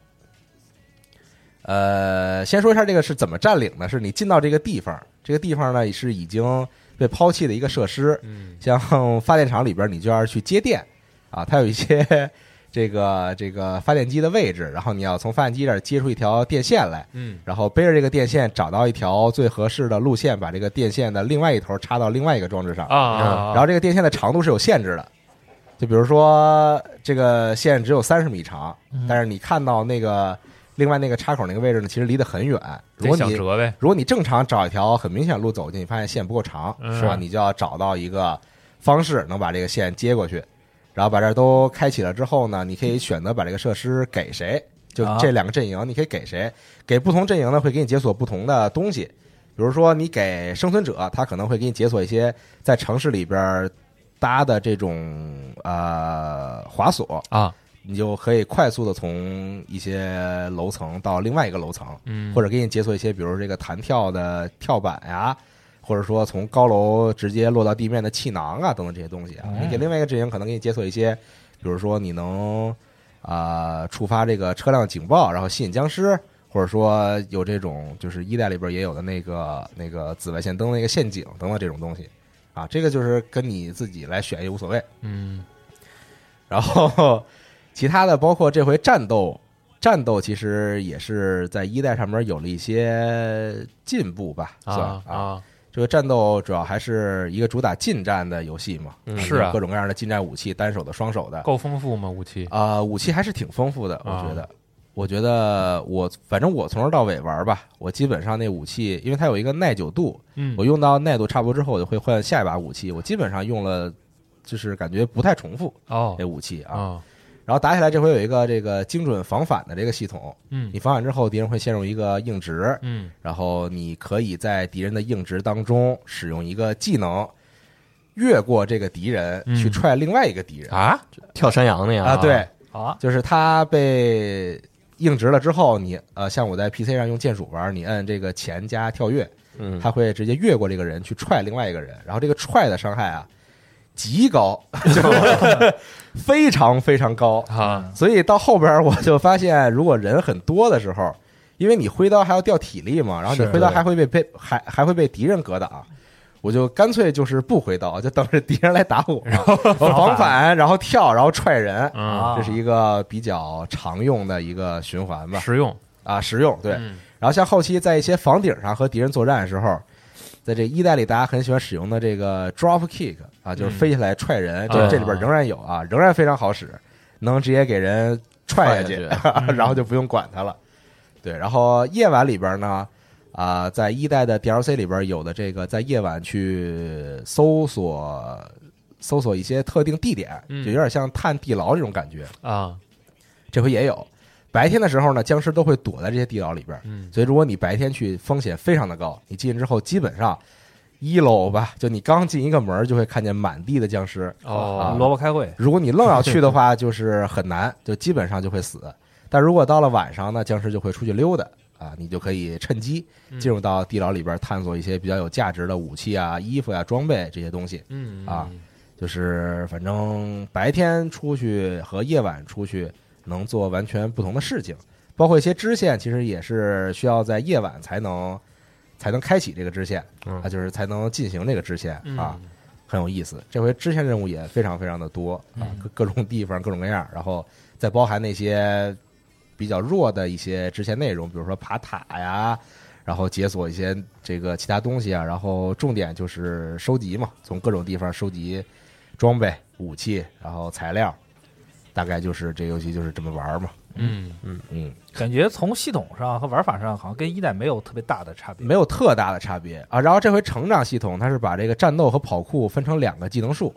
呃，先说一下这个是怎么占领的，是你进到这个地方，这个地方呢是已经被抛弃的一个设施，
嗯
[LAUGHS] 像发电厂里边，你就要去接电啊，它有一些这个这个发电机的位置，然后你要从发电机这儿接出一条电线来，
嗯，
然后背着这个电线找到一条最合适的路线，把这个电线的另外一头插到另外一个装置上嗯
啊啊啊
然后这个电线的长度是有限制的，就比如说这个线只有三十米长，
嗯
但是你看到那个另外那个插口那个位置呢，其实离得很远。如
得
果
想
你
辙呗，
如果你正常找一条很明显的路走进，你发现线不够长，
嗯
是吧？
是
你就要找到一个方式能把这个线接过去，然后把这儿都开启了之后呢，你可以选择把这个设施给谁，就
啊
这两个阵营，你可以给谁，给不同阵营呢会给你解锁不同的东西，比如说你给生存者，他可能会给你解锁一些在城市里边儿搭的这种呃滑索
啊，
你就可以快速的从一些楼层到另外一个楼层，
嗯，
或
者
者给你解锁一些，比如这个弹跳的跳板呀、或者说从高楼直接落到地面的气囊啊，等等这些东西啊。你给另外一个阵营可能给你解锁一些，比如说你能啊、呃触发这个车辆警报，然后吸引僵尸，或者说有这种就是一代里边也有的那个啊那个紫外线灯那个陷阱等等这种东西啊。这个就是跟你自己来选也无所谓。
嗯
[LAUGHS] 然后其他的包括这回战斗，战斗其实也是在一代上面有了一些进步吧，算
啊啊，
这个战斗主要还是一个主打近战的游戏嘛，
是啊
各种各样的近战武器，单手的、双手的，
够丰富吗？武器
啊、武器还是挺丰富的，我
啊
觉得。我觉得我反正我从头到尾玩吧，我基本上那武器，因为它有一个耐久度，
嗯
我用到耐度差不多之后，我就会换下一把武器。我基本上用了，就是感觉不太重复
哦
那武器啊。
啊
然后打起来这回有一个这个精准防反的这个系统，
嗯
你防反之后，敌人会陷入一个硬直，
嗯
然后你可以在敌人的硬直当中使用一个技能，越过这个敌人
嗯
去踹另外一个敌人
啊
跳山羊
[LAUGHS]
那样
啊，对，
啊，
就是他被硬直了之后，你呃，像我在 PC 上用键鼠玩，你摁这个前加跳跃，
嗯，
他会直接越过这个人去踹另外一个人，然后这个踹的伤害啊极
[LAUGHS]
高，就是非常非常高，
啊
所以到后边儿我就发现，如果人很多的时候，因为你挥刀还要掉体力嘛，然后你
是
挥刀还会被被还还会被敌人格挡，我就干脆就是不挥刀，就等着敌人来打我， [LAUGHS] 我防反，啊然后跳，然后踹人，
嗯，
这是
啊
一个比较常用的一个循环吧，
实用
啊，实用对。
嗯
然后像后期在一些房顶上和敌人作战的时候。在这一代里，大家很喜欢使用的这个 drop kick 啊，就是飞起来踹人，这
嗯啊
这里边仍然有啊，仍然非常好使，能直接给人踹下去，
踹
嗯
[LAUGHS] 然后就不用管它了。对，然后夜晚里边呢，啊、在一代的 DLC 里边有的这个在夜晚去搜索搜索一些特定地点，
嗯
就有点像探地牢这种感觉。
啊
这回也有。白天的时候呢，僵尸都会躲在这些地牢里边，
嗯
所以如果你白天去，风险非常的高。你进去之后，基本上一楼吧，就你刚进一个门儿，就会看见满地的僵尸。啊
哦
萝卜开会，
如果你愣要去的话，就是很难，就基本上就会死。但如果到了晚上呢，僵尸就会出去溜达啊，你就可以趁机
嗯
进入到地牢里边，探索一些比较有价值的武器啊、衣服啊、装备这些东西。
嗯
啊，就是反正白天出去和夜晚出去能做完全不同的事情，包括一些支线，其实也是需要在夜晚才能才能开启这个支线，
嗯
啊，就是才能进行这个支线
嗯
啊，很有意思。这回支线任务也非常非常的多啊，各各种地方各种各样，然后再包含那些比较弱的一些支线内容，比如说爬塔呀。然后解锁一些这个其他东西啊，然后重点就是收集嘛，从各种地方收集装备、武器，然后材料，大概就是这游戏就是这么玩儿嘛。
嗯
嗯，
感觉从系统上和玩法上好像跟一代没有特别大的差别。
没有特大的差别啊。然后这回成长系统它是把这个战斗和跑酷分成两个技能树，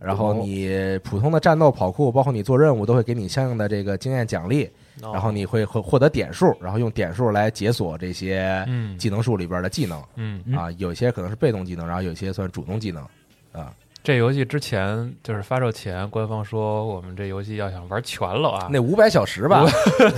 然后你普通的战斗、跑酷，包括你做任务，都会给你相应的这个经验奖励，然后你会获获得点数，然后用点数来解锁这些
嗯
技能树里边的技能
嗯，
嗯
啊，有些可能是被动技能，然后有些算主动技能。
这游戏之前就是发售前，官方说我们这游戏要想玩全了啊，
那五百小时吧，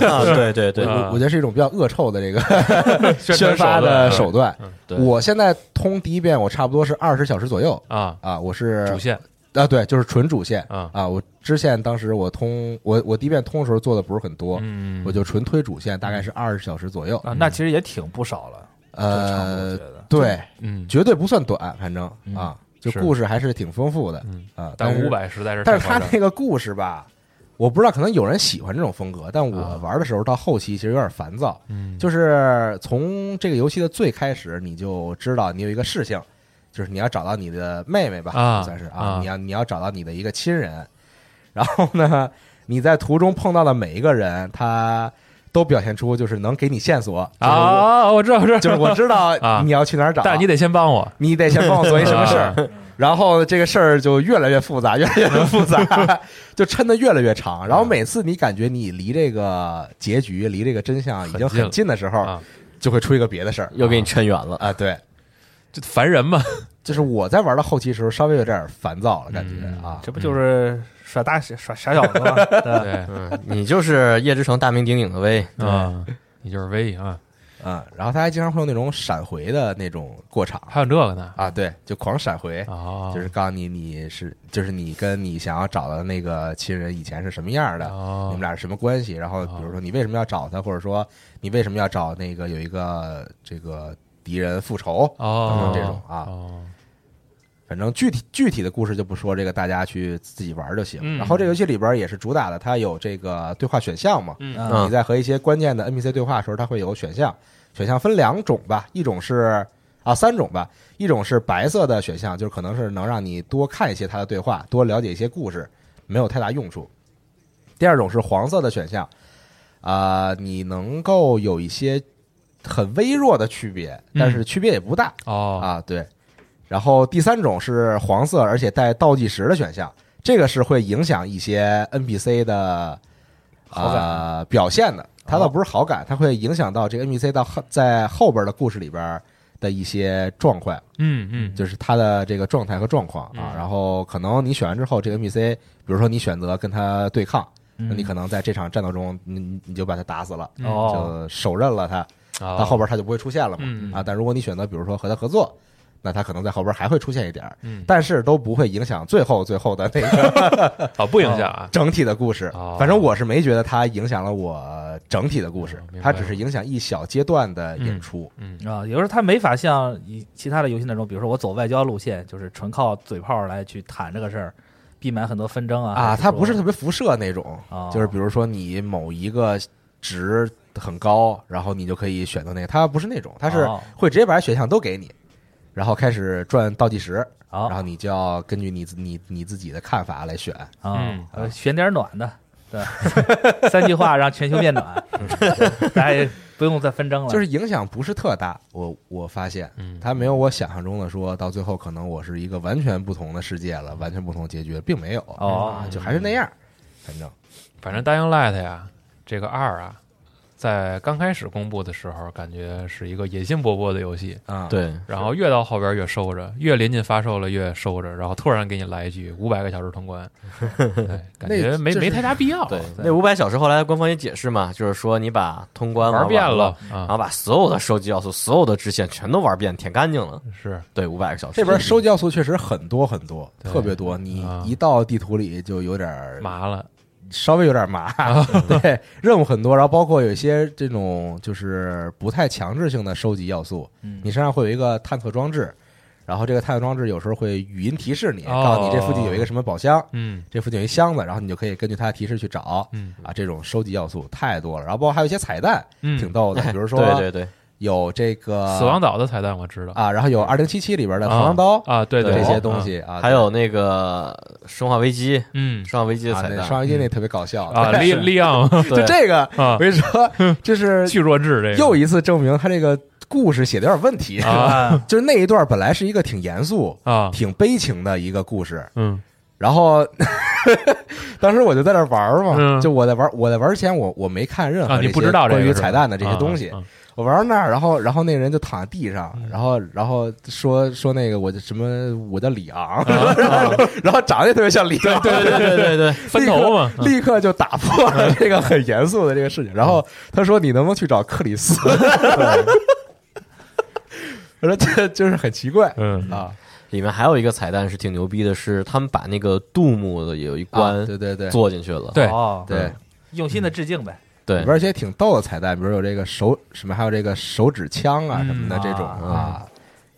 啊对对对
我，我我觉得是一种比较恶臭的这个宣
[LAUGHS] 宣
发的手
段
段
嗯。
对
我现在通第一遍，我差不多是二十小时左右
啊，
啊，我是
主线
啊，对，就是纯主线
啊，
啊。我支线当时我通我我第一遍通的时候做的不是很多，
嗯，
我就纯推主线，大概是二十小时左右。
啊，那其实也挺不少了，正常我
呃
觉，得。
对，
嗯，
绝对不算短，反正啊，就是故事还是挺丰富的
嗯
啊。
但
是
五，百实在是
但
太
是他
夸张了
那个故事吧，我不知道，可能有人喜欢这种风格，但我
啊
玩的时候到后期其实有点烦躁。
嗯，
就是从这个游戏的最开始，你就知道你有一个事情，就是你要找到你的妹妹吧，
啊
算是啊，
啊
你要你要找到你的一个亲人，然后呢，你在途中碰到的每一个人，他都表现出就是能给你线索，就是我
啊，我知道，我知道，
就是
[LAUGHS]
我知道
啊
你要去哪儿找，
但你得先帮我，
你得先帮我做一什么事儿。然后这个事儿就越来越复杂，越来越复杂，就抻得越来越长。然后每次你感觉你离这个结局、离这个真相已经
很近
很
了
近的时候
啊，
就会出一个别的事儿
又给你抻远
[LAUGHS]
了。
啊。对，
这烦人嘛，
就是我在玩到后期的时候，稍微有点烦躁了，感觉
嗯
啊。
这不就是耍大耍傻小
[LAUGHS]
子吗？对
[LAUGHS] 对，
嗯，你就是叶之城大名鼎鼎的威，
啊，你就是威啊，
嗯，然后他还经常会有那种闪回的那种过场
还有这个呢，
啊，对，就狂闪回，
哦，
就是告诉你你是，就是你跟你想要找的那个亲人以前是什么样的，你
哦
们，俩是什么关系？然后比如
啊
说你为什么要找他，或者说你为什么要找那个有一个这个敌人复仇？
哦，
这种啊
哦，
反正具体具体的故事就不说，这个大家去自己玩就行。
嗯
然后这游戏里边也是主打的，它有这个对话选项嘛，
嗯
嗯
啊你在和一些关键的 NPC 对话的时候，它会有选项，选项分两种吧，一种是。啊，三种吧，一种是白色的选项，就是可能是能让你多看一些他的对话，多了解一些故事，没有太大用处。第二种是黄色的选项，啊、你能够有一些很微弱的区别，但是区别也不大，
哦，
啊，对。然后第三种是黄色，而且带倒计时的选项，这个是会影响一些 NPC 的
好感哦
呃、表现的。它倒不是好感，它会影响到这个 NPC 到后在后边的故事里边的一些状况，
嗯嗯，
就是它的这个状态和状况啊。
嗯
然后可能你选完之后，这个 NPC，比如说你选择跟他对抗，那你可能在这场战斗中，你你你就把他打死了，
嗯
嗯哦，
就手刃了他，
到
到后边他就不会出现了嘛。
哦嗯
啊，但如果你选择比如说和他合作，那他可能在后边还会出现一点儿，
嗯，
但是都不会影响最后最后的那个
哦，不影响啊，
整体的故事
哦。
反正我是没觉得它影响了我整体的故事
哦明，
它
白
只是影响一小阶段的演出。
嗯
啊，有时候他没法像以其他的游戏那种，比如说我走外交路线，就是纯靠嘴炮来去谈这个事儿，避免很多纷争啊。
啊，
还
它不
说
是特别辐射那种，
哦
就是比如说你某一个值很高，然后你就可以选择那个，它不是那种，它是
哦
会直接把选项都给你，然后开始转倒计时，
哦
然后你就要根据你自你你自己的看法来选。
啊
嗯，
呃选点暖的，对， [LAUGHS] 三句话让全球变
[LAUGHS]
暖，对大家也不用再纷争了。
就是影响不是特大，我我发现，
嗯
它没有我想象中的说到最后可能我是一个完全不同的世界了，完全不同结局，并没有，
哦
啊就还是那样，反正
反正《Dying Light》呀，这个二啊，在刚开始公布的时候，感觉是一个野心勃勃的游戏，
啊，，
对，
然后越到后边越收着，越临近发售了越收着，然后突然给你来一句五百个小时
[LAUGHS]
通关，哎感觉没
就是
没太大必要，
对，那五百小时后来官方也解释嘛，就是说你把通关
玩
玩
遍
完
了
了，然
啊，
后把所有的收集要素、所有的支线全都玩遍，舔干净了。
是
对，五百个小时。
这边收集要素确实很多很多，
对
特别多，你
啊
一到地图里就有点儿
麻了，
稍微有点麻，
啊
[LAUGHS] 对，任务很多，然后包括有一些这种就是不太强制性的收集要素，
嗯
你身上会有一个探测装置。然后这个探测装置有时候会语音提示你，
哦
告诉你这附近有一个什么宝箱，
嗯
这附近有一箱子，然后你就可以根据它的提示去找
嗯
啊。这种收集要素太多了，然后包括还有一些彩蛋，
嗯，
挺逗
[LAUGHS]
的，比如
对
说
对对，
有这个
死亡岛的彩蛋我知道，
啊，然后啊有二零七七里边的螳螂刀
啊，对对，
这些
哦
东，西啊，
还有那个《生化危机》，《
嗯
生化危机》的
啊，
彩
那
蛋，
双机那特别搞笑 [LAUGHS]
啊，
对
利利昂
就
对，
这个，
啊
我，跟你说，这
[LAUGHS]
是
巨弱智这个
又一次证明他这个故事写的有点问题，
啊
[LAUGHS] 就是那一段本来是一个挺严肃、
啊，
挺悲情的一个故事，
嗯
然后 [LAUGHS] 当时我就在那儿玩儿嘛，
嗯
就我在玩，我在玩儿前我我没看任何
啊，
这
你
些
不知道这
关
个
于
是吧
彩蛋的这些东西，
啊嗯啊
我玩到那儿，然后然后那人就躺在地上，然后然后说说那个我就什么我叫李
啊
昂， [LAUGHS] 然后长得也特别像李昂，对对对对对，
分头嘛
立刻就打破了这个很严肃的这个事情，然后他说你能不能去找克里斯？我说这就是很奇怪
嗯
啊，
里面还有一个彩蛋是挺牛逼的，是他们把那个杜牧的有一
啊
关
对对对
做进去了。
对
哦，
对。
嗯
用心的致敬呗。
对
里边，儿一些挺逗的彩蛋，比如有这个手什么，还有这个手指枪啊
嗯
什么的这种啊，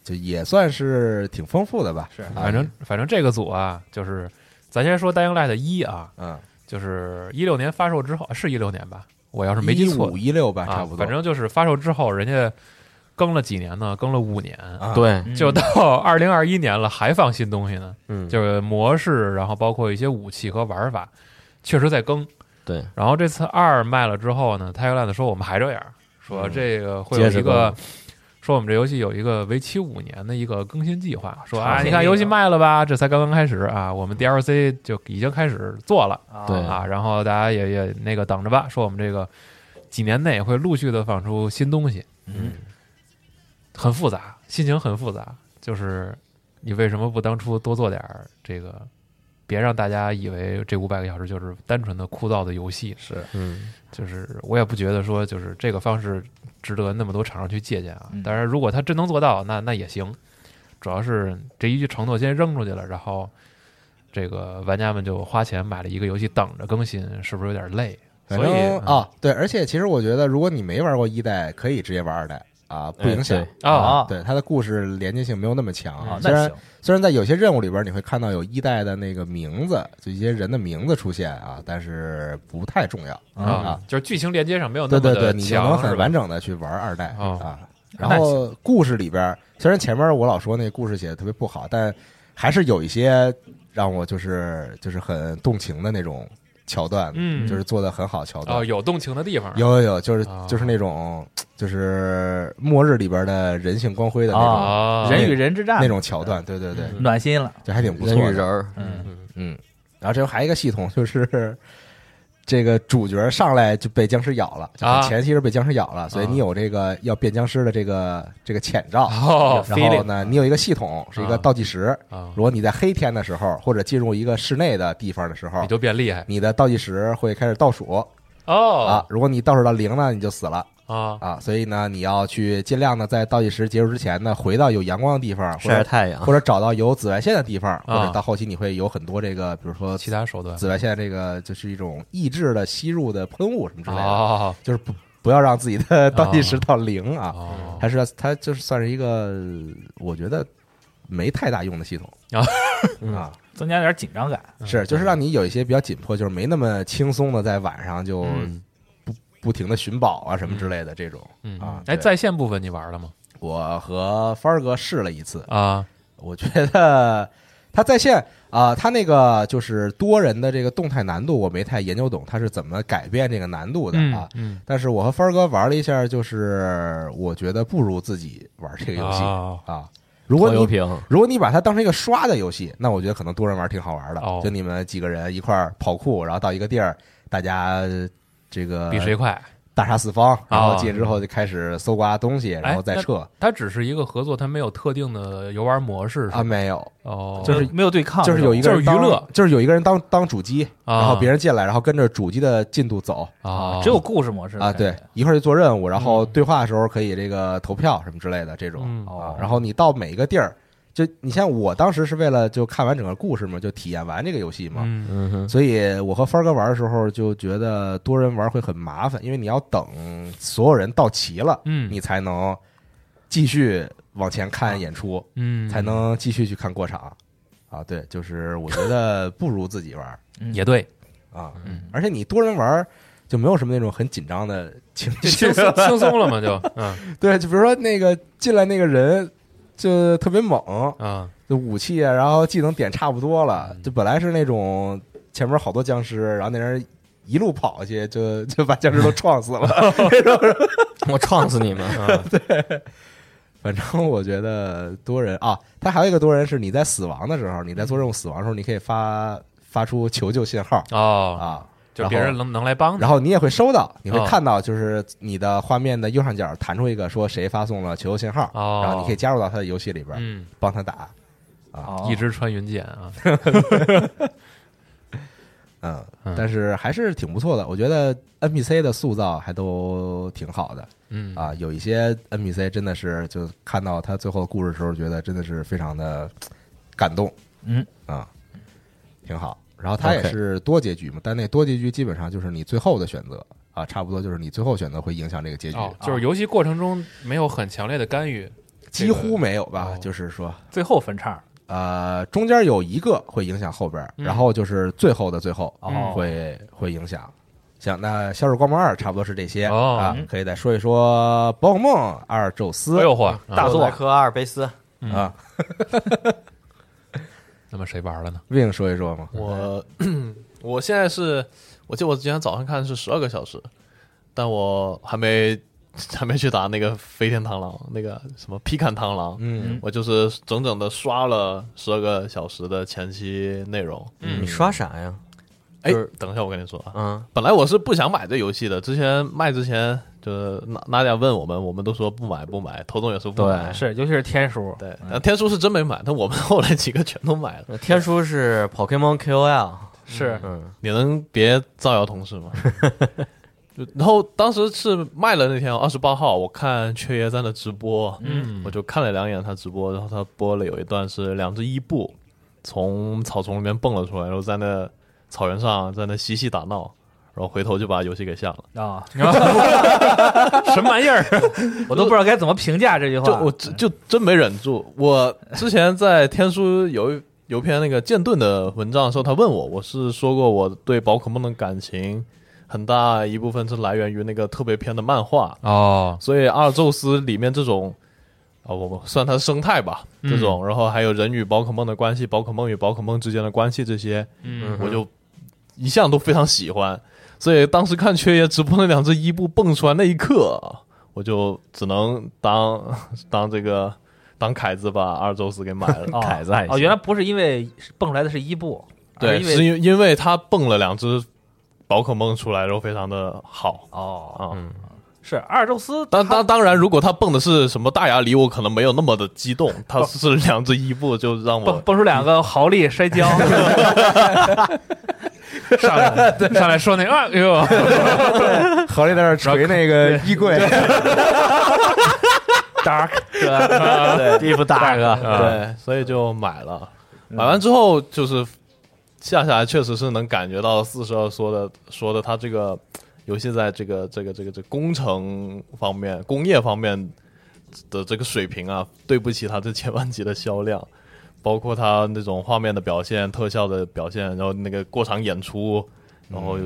就也算是挺丰富的吧。
是
啊
反正反正这个组啊，就是咱先说《Dying Light 一》啊，
嗯
就是一六年发售之后，是一六年吧？我要是没记错，
五一六吧，
啊
差不多。
反正就是发售之后，人家更了几年呢？更了五年，
啊
对，
嗯
就到二零二一年了，还放新东西呢，
嗯，
就是模式，然后包括一些武器和玩法，确实在更。
对，
然后这次二卖了之后呢泰 a 烂的说我们还这样，说
嗯
这个会有
接着
一个
更，
说我们这游戏有一个为期五年的一个更新计划，说啊，
长
你看
期
游戏
的
卖了吧，这才刚刚开始啊，我们 DLC 就已经开始做了。
啊
对
啊，然后大家也也那个等着吧，说我们这个几年内会陆续的放出新东西，
嗯，
很复杂，心情很复杂，就是你为什么不当初多做点儿这个，别让大家以为这五百个小时就是单纯的枯燥的游戏，
是
嗯，
就是我也不觉得说就是这个方式值得那么多厂商去借鉴啊
嗯。
当然，如果他真能做到，那那也行，主要是这一句承诺先扔出去了，然后。这个玩家们就花钱买了一个游戏，等着更新，是不是有点累？
反
所以
正
嗯
啊，对，而且其实我觉得，如果你没玩过一代，可以直接玩二代啊，不影响
哎。
啊，
对它的故事连接性没有那么强
啊
嗯
啊，，虽
那
然
行
虽然在有些任务里边你会看到有一代的那个名字，就一些人的名字出现啊，但是不太重要
啊
啊。，
就是剧情连接上没有
对
那么
对对，
的
你就能
强，
很
是吧
完？整的去玩二代
哦
啊。
那
然后故事里边，虽然前面我老说那故事写的特别不好，但还是有一些让我就是就是很动情的那种桥段，
嗯
就是做的很好桥段
哦，有动情的地方，
有有有，就是
啊
就是那种就是末日里边的人性光辉的那种、
啊
啊，
人与人之战
那种桥段，对对对，
嗯
暖心了，
就还挺不错
人与人
的。
儿，
嗯，
嗯，
嗯，然后这还有一个系统就是。这个主角上来就被僵尸咬了，就
啊
前期是被僵尸咬了，所以
啊
你有这个要变僵尸的这个这个前兆。
哦
然后
，feeling
呢，你有一个系统是一
啊
个倒计时，
啊
如，果你在黑天的时候或者进入一个室内的地方的时候
你，就变厉害
你的倒计时会开始倒数啊
哦。
如果你倒数到零呢，你就死了。
啊
啊，所以呢，你要去尽量的在倒计时结束之前呢，回到有阳光的地方，或
晒晒
者
太阳，
或者找到有紫外线的地方，或
啊
者到后期你会有很多这个，比如说
其他手段
紫外线这个就是一种抑制的吸入的喷雾什么之类的，
哦
就是不不要让自己 [LAUGHS] 的倒计时到零啊，
哦
还是要它就是算是一个我觉得没太大用的系统
啊
啊，
增加点紧张感，
嗯
是就是让你有一些比较紧迫，就是没那么轻松的在晚上就
嗯
不停的寻宝啊什么之类的这种。
嗯
啊对
哎，在线部分你玩了吗？
我和帆儿哥试了一次，
啊
我觉得他在线啊、他那个就是多人的这个动态难度，我没太研究懂他是怎么改变这个难度的啊
嗯。嗯，
但是我和帆儿哥玩了一下，就是我觉得不如自己玩这个游戏啊
哦
如果
拖油
你
瓶，
如果你把它当成一个刷的游戏，那我觉得可能多人玩挺好玩的，
哦
就你们几个人一块儿跑酷，然后到一个地儿，大家呃这个
比谁快？啊
大杀四方，然后进去之后就开始搜刮东西，然后再
那
撤
它只是一个合作，它没有特定的游玩模式，是
啊，
吧
没有。
哦，
就是没有对抗，
就是有一个人
就是
当
娱乐，
就是有一个人当当主机，
啊
然后别人进来，然后跟着主机的进度走
啊，
只有故事模式的
啊，
感
对
觉，
一块儿去做任务，然后对话的时候可以这个投票什么之类的这种
嗯
啊
哦，，
然后你到每一个地儿，就你像我当时是为了就看完整个故事嘛，就体验完这个游戏嘛，
嗯
嗯哼，
所以我和帆儿哥玩的时候就觉得多人玩会很麻烦，因为你要等所有人到齐了，
嗯
你才能继续往前看演出，
嗯
才能继续去看过场。啊，对，就是我觉得不如自己玩儿
嗯
也对，
啊，
嗯
而且你多人玩儿就没有什么那种很紧张的情
就
绪
轻，
[LAUGHS]
松轻松了嘛，就嗯
对，就比如说那个进来那个人就特别猛，
嗯
就武器啊，然后技能点差不多了
嗯，
就本来是那种前面好多僵尸，然后那人。一路跑下去，就就把僵尸都撞死了。
我撞死你们，
[LAUGHS] 反正我觉得多人啊，他还有一个多人是你在死亡的时候，你在做任务死亡的时候，你可以发发出求救信号
哦
啊，
就
然
别
后
人能能来帮你
然后你也会收到，你会
哦
看到，就是你的画面的右上角弹出一个说谁发送了求救信号，
哦
然后你可以加入到他的游戏里边，
嗯，
帮他打。
哦
一直穿云箭啊，
[LAUGHS] 嗯
嗯，
但是还是挺不错的，我觉得 NPC 的塑造还都挺好的
嗯
啊。有一些 NPC 真的是，就看到他最后的故事的时候，觉得真的是非常的感动。
嗯
啊，挺好。然后它也
OK
是多结局嘛，但那多结局基本上就是你最后的选择啊，差不多就是你最后选择会影响这个结局，
哦，就是游戏过程中没有很强烈的干预，
几乎没有吧？
哦
就是说，
最后分叉
呃，中间有一个会影响后边儿，
嗯
然后就是最后的最后
哦
会会影响。行，那《销售光芒二》差不多是这些
哦
啊，可以再说一说《宝可梦二》宙斯
哎呦嚯，
大
啊
作科阿尔卑斯，
啊
那么谁玩
[LAUGHS]
了呢？
，Win 说一说嘛。
我 [CLEARS THROAT] 我现在是，我记得我今天早上看是十二个小时，但我还没 [LAUGHS] 还没去打那个飞天螳螂，那个什么皮砍螳螂，
嗯，
我就是整整的刷了十二个小时的前期内容。
嗯你刷啥呀？
哎
就是，
等一下，我跟你说啊，
嗯，
本来我是不想买这游戏的，之前卖之前就是娜娜姐问我们，我们都说不买不买，头总也说不买。
是，尤其是天叔，
对，但天叔是真没买，但我们后来几个全都买了。
天书是 Pokemon KOL，
是
嗯，
你能别造谣同事吗？就然后当时是卖了那天二十八号，我看雀爷在那直播，
嗯，
我就看了两眼他直播，然后他播了有一段是两只伊布从草丛里面蹦了出来，然后在那草原上在那嬉戏打闹，然后回头就把游戏给下了。
啊， [LAUGHS]
什么玩意儿？
我都不知道该怎么评价这句
就
话。
我真就真没忍住。我之前在天书有一有一篇那个剑盾的文章的时候，他问我，我是说过我对宝可梦的感情很大一部分是来源于那个特别篇的漫画，
哦，
所以阿尔宙斯里面这种。啊、我我算它生态吧，这种，然后还有人与宝可梦的关系，宝可梦与宝可梦之间的关系，这些，
嗯
我就一向都非常喜欢。所以当时看缺爷直播那两只伊布蹦出来那一刻，我就只能当 [LAUGHS] 当这个当凯子把阿尔宙斯给买了。
[LAUGHS]
啊
哦
凯子还行
哦，原来不是因为蹦出来的是伊布，而
对，
是因
是
为
因因为他蹦了两只宝可梦出来，然后非常的好
哦，
啊。
是阿尔宙斯，
当当当然，如果他蹦的是什么大牙梨，我可能没有那么的激动。他是两只伊布，就让
蹦
我
蹦出两个豪力摔 [LAUGHS] 跤，
上来上来说那个，
[LAUGHS]
哎呦，
合力在那儿捶那个衣柜，
dark，对啊吧
地步
[LAUGHS]
大哥，
啊
对，所以就买了。买完之后就是下下来，确实是能感觉到四十二说的说的他这个游戏在这个这个这个这个工程方面、工业方面的这个水平啊，对不起他这千万级的销量。包括他那种画面的表现、特效的表现，然后那个过场演出，然后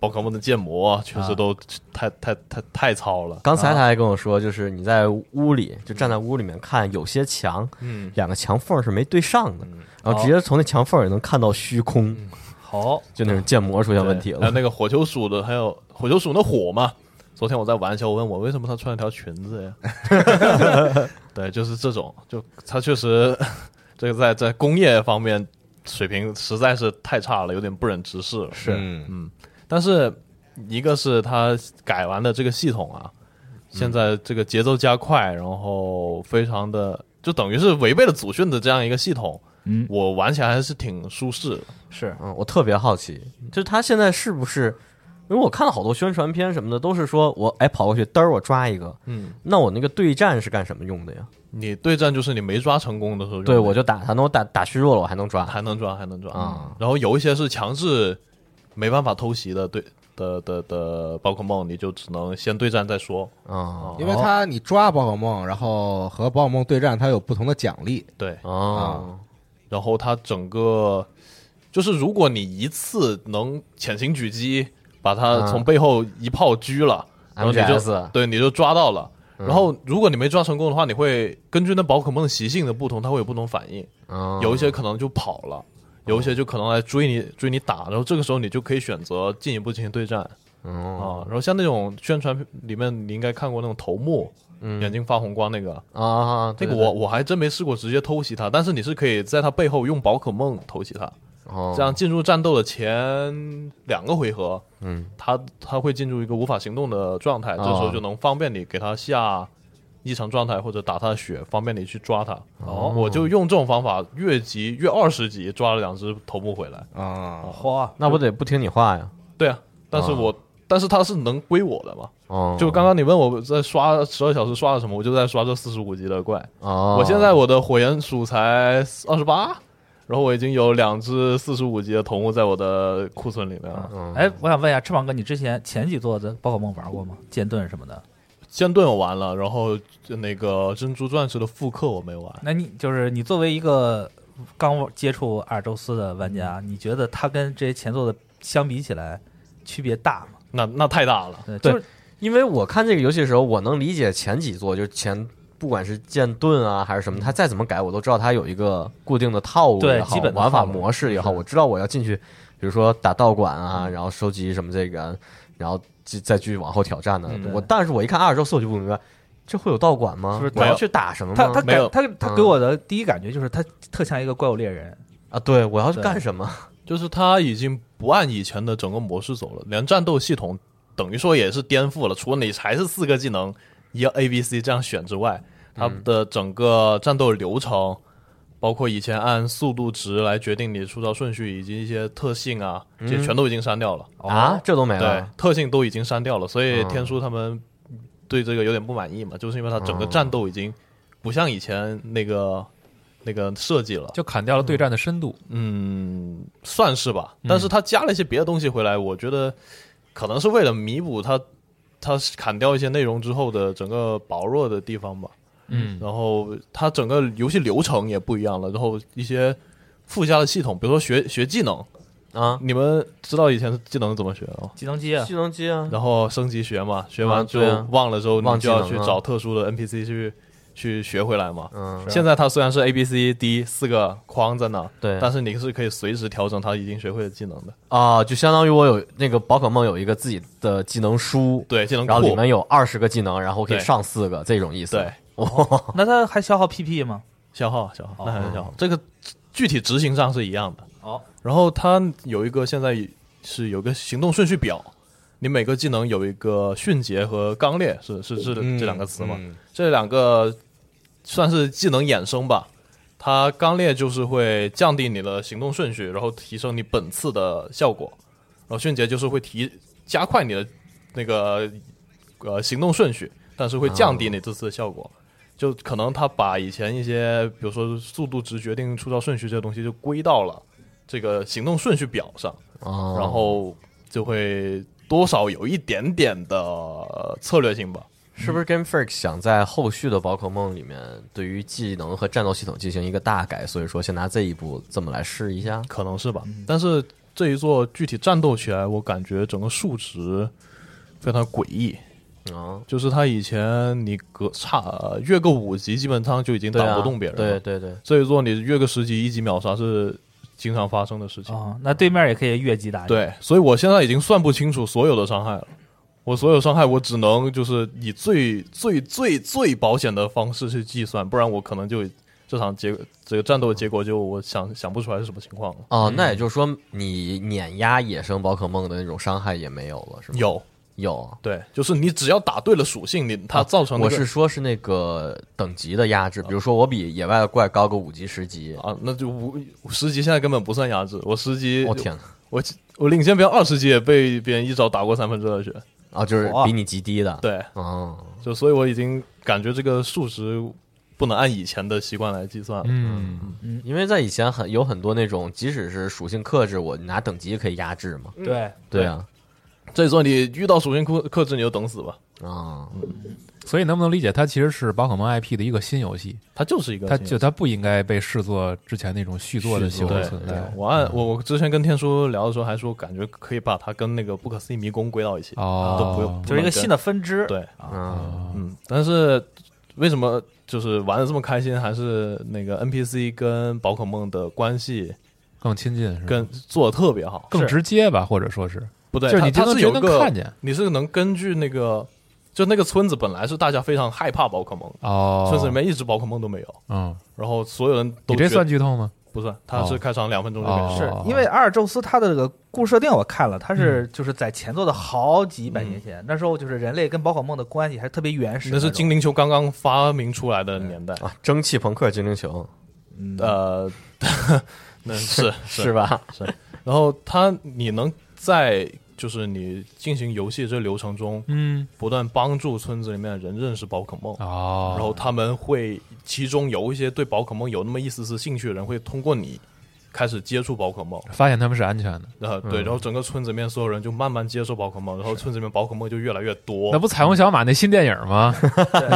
宝可梦的建模，确实都太、太太太糙了。
刚才他还跟我说，就是你在屋里就站在屋里面看，有些墙
嗯，
两个墙缝是没对上的，然后直接从那墙缝也能看到虚空，
好，
就那种建模出现问题
对还有
了。
那个火球鼠的，还有火球鼠那火嘛。昨天我在玩笑，我问我为什么他穿了条裙子
[LAUGHS]
呀？对，就是这种，就他确实这个在在工业方面水平实在是太差了，有点不忍直视了。
是嗯
但是一个是他改完的这个系统啊，现在这个节奏加快，然后非常的就等于是违背了祖训的这样一个系统，
嗯，
我玩起来还是挺舒适的。
是
嗯，我特别好奇，就是他现在是不是？因为我看了好多宣传片什么的，都是说我哎跑过去，嘚儿我抓一个，
嗯，
那我那个对战是干什么用的呀？
你对战就是你没抓成功的时候用的，
对，我就打他，那我打打虚弱了，我还能抓。
还能抓，还能抓
啊
然后有一些是强制没办法偷袭的，对的的的宝可梦，你就只能先对战再说。
啊
因为它你抓宝可梦，然后和宝可梦对战，它有不同的奖励。
对，
哦，
然后它整个就是，如果你一次能潜行狙击，把它
啊
从背后一炮狙了，然后你就
MGS
对你就抓到了。
嗯
然后，如果你没抓成功的话，你会根据那宝可梦的习性的不同，它会有不同反应。
哦
有一些可能就跑了，有一些就可能来追你追你打，然后这个时候你就可以选择进一步进行对战
哦
啊。然后像那种宣传片里面，你应该看过那种头目，眼睛发红光那个，那
啊，嗯对
个
对
我我还真没试过直接偷袭他，但是你是可以在他背后用宝可梦偷袭他，
哦
这样进入战斗的前两个回合，
嗯，啊
他他会进入一个无法行动的状态，这时候就能方便你给他下异常状态或者打他的血，方便你去抓他。哦，我就用这种方法越级越二十级抓了两只头目回来。
啊，
嚯，
那不得不听你话呀？
对啊，但是我、但是他是能归我的嘛？
哦，
就刚刚你问我在刷十二小时刷了什么，我就在刷这四十五级的怪。
哦，
我现在我的火焰鼠才二十八。然后我已经有两只四十五级的头目在我的库存里面了。
哎，我想问一下，翅膀哥，你之前前几座的宝可梦玩过吗？剑盾什么的？
剑盾我玩了，然后那个珍珠钻石的复刻我没玩。
那你就是你作为一个刚接触阿尔宙斯的玩家，你觉得他跟这些前作的相比起来，区别大吗？
那那太大了。
对，
对
就是
因为我看这个游戏的时候，我能理解前几座，就是前不管是剑盾啊还是什么，它再怎么改，我都知道它有一个固定的套路
嗯对
也好
基本，的
玩法
套路
模式也好，我知道我要进去，比如说打道馆啊，
嗯
然后收集什么这个，然后继再继续往后挑战呢
嗯。对
我但是我一看阿尔宙斯，我就不明白，这会有道馆吗
是不？是
我要
没有
去打什么
他他
吗？
没
感
有
他他
嗯
给我的第一感觉就是他特像一个怪物猎人，
啊，对我要去
对
干什么？
就是他已经不按以前的整个模式走了，连战斗系统等于说也是颠覆了。除了你还是四个技能一 A B C 这样选之外，它的整个战斗流程，包括以前按速度值来决定你出招顺序以及一些特性啊，这些全都已经删掉了。
嗯
哦
哦
啊，这都没
对
了，。
特性都已经删掉了，所以
嗯
天书他们对这个有点不满意嘛，就是因为它整个战斗已经不像以前那个那个设计了。
就砍掉了对战的深度。
嗯，算是吧，但是他加了一些别的东西回来，我觉得可能是为了弥补他他砍掉一些内容之后的整个薄弱的地方吧。
嗯，
然后它整个游戏流程也不一样了，然后一些附加的系统，比如说学学技能，
啊，
你们知道以前技能怎么学了吗？
技能机啊，
技能机啊，
然后升级学嘛，学
啊
完就
对啊
忘了之后，
忘
你
技
就要
能
去
了
找特殊的 NPC 去去学回来嘛。
嗯，
现在它虽然是 A B C D 四个框在那，
对
但是你是可以随时调整它已经学会的技能的，
啊，就相当于我有那个宝可梦有一个自己的技能书，
对，技能
然后里
库
面有二十个技能，然后可以
对
上四个这种意思。 [LAUGHS] 哦
对，哦
那他还消耗 PP 吗？
消耗消耗，那还是消
嗯
耗。这个具体执行上是一样的。
哦，
然后它有一个现在是有个行动顺序表，你每个技能有一个迅捷和刚烈，是是是这两个词嘛？
嗯
这两个算是技能衍生吧。它刚烈就是会降低你的行动顺序，然后提升你本次的效果，然后迅捷就是会提加快你的那个呃行动顺序，但是会降低你这次的效果。就可能他把以前一些，比如说速度值决定出招顺序这些东西，就归到了这个行动顺序表上，[LAUGHS]
哦，
然后就会多少有一点点的呃策略性吧。
是不是 Game Freak 想在后续的宝可梦里面对于技能和战斗系统进行一个大改？所以说先拿这一步这么来试一下。
可能是吧。
嗯
但是这一座具体战斗起来，我感觉整个数值非常诡异。
啊，
就是他以前你隔差呃越个五级，基本上就已经
对
打
啊，
不动别人了。
对对对，
这一座你越个十级，一级秒杀是经常发生的事情。
啊
哦，那对面也可以越级打你。
对，所以我现在已经算不清楚所有的伤害了。我所有伤害，我只能就是以最最最最保险的方式去计算，不然我可能就这场结这个战斗的结果就我想想不出来是什么情况了。
哦，
嗯
那也就是说你碾压野生宝可梦的那种伤害也没有了，是吗？
有，
有，啊
对，就是你只要打对了属性，你它造成、那
我
个
是说是那个等级的压制，比如说我比野外的怪高个五级十级，
啊，那就五十级现在根本不算压制，我十级，
我、哦天
我我领先别人二十级也被别人一招打过三分之二血，
啊，就是
哇
比你级低的，，
对，
哦，
就所以我已经感觉这个数值不能按以前的习惯来计算了，
嗯，
因为在以前很有很多那种，即使是属性克制，我拿等级可以压制嘛，
对，
对啊，
这时候你遇到属性克克制你就等死吧，
啊，
所以能不能理解它其实是宝可梦 IP 的一个新游戏？
它就是一个
它
新
就它不应该被视作之前那种续作的形式
对
存
对
在。
我按我我之前跟天叔聊的时候还说，感觉可以把它跟那个不可思议迷宫归到一起，都不
哦
用，
就是一个新的分支。
对，
嗯，
嗯，但是为什么就是玩的这么开心，还是那个 NPC 跟宝可梦的关系
更亲近，是吧
跟做的特别好？
更直接吧，或者说是
不对，
就是你
它
就
它
能
是有一
就能
个
看见，
你是能根据那个，就那个村子本来是大家非常害怕宝可梦，
哦，
村子里面一只宝可梦都没有，
嗯，
然后所有人都
你这
觉
算剧透吗？
不算？它是
哦
开场两分钟就没
哦
有，
是因为阿尔宙斯他的这个故事设定我看了，他是
嗯
就是在前作的好几百年前，那时候就是人类跟宝可梦的关系还是特别原始的
那
种，
是精灵球刚刚发明出来的年代，
啊，蒸汽朋克精灵球
呃，那
[LAUGHS]
是是
是吧？
然后它你能在就是你进行游戏这流程中，
嗯，
不断帮助村子里面的人认识宝可梦，
哦，
然后他们会其中有一些对宝可梦有那么一丝丝兴趣的人，会通过你开始接触宝可梦，
发现他们是安全的，
呃，对，
嗯
然后整个村子里面所有人就慢慢接受宝可梦，然后村子里面宝可梦就越来越多。
那不彩虹小马那新电影 [LAUGHS] 吗？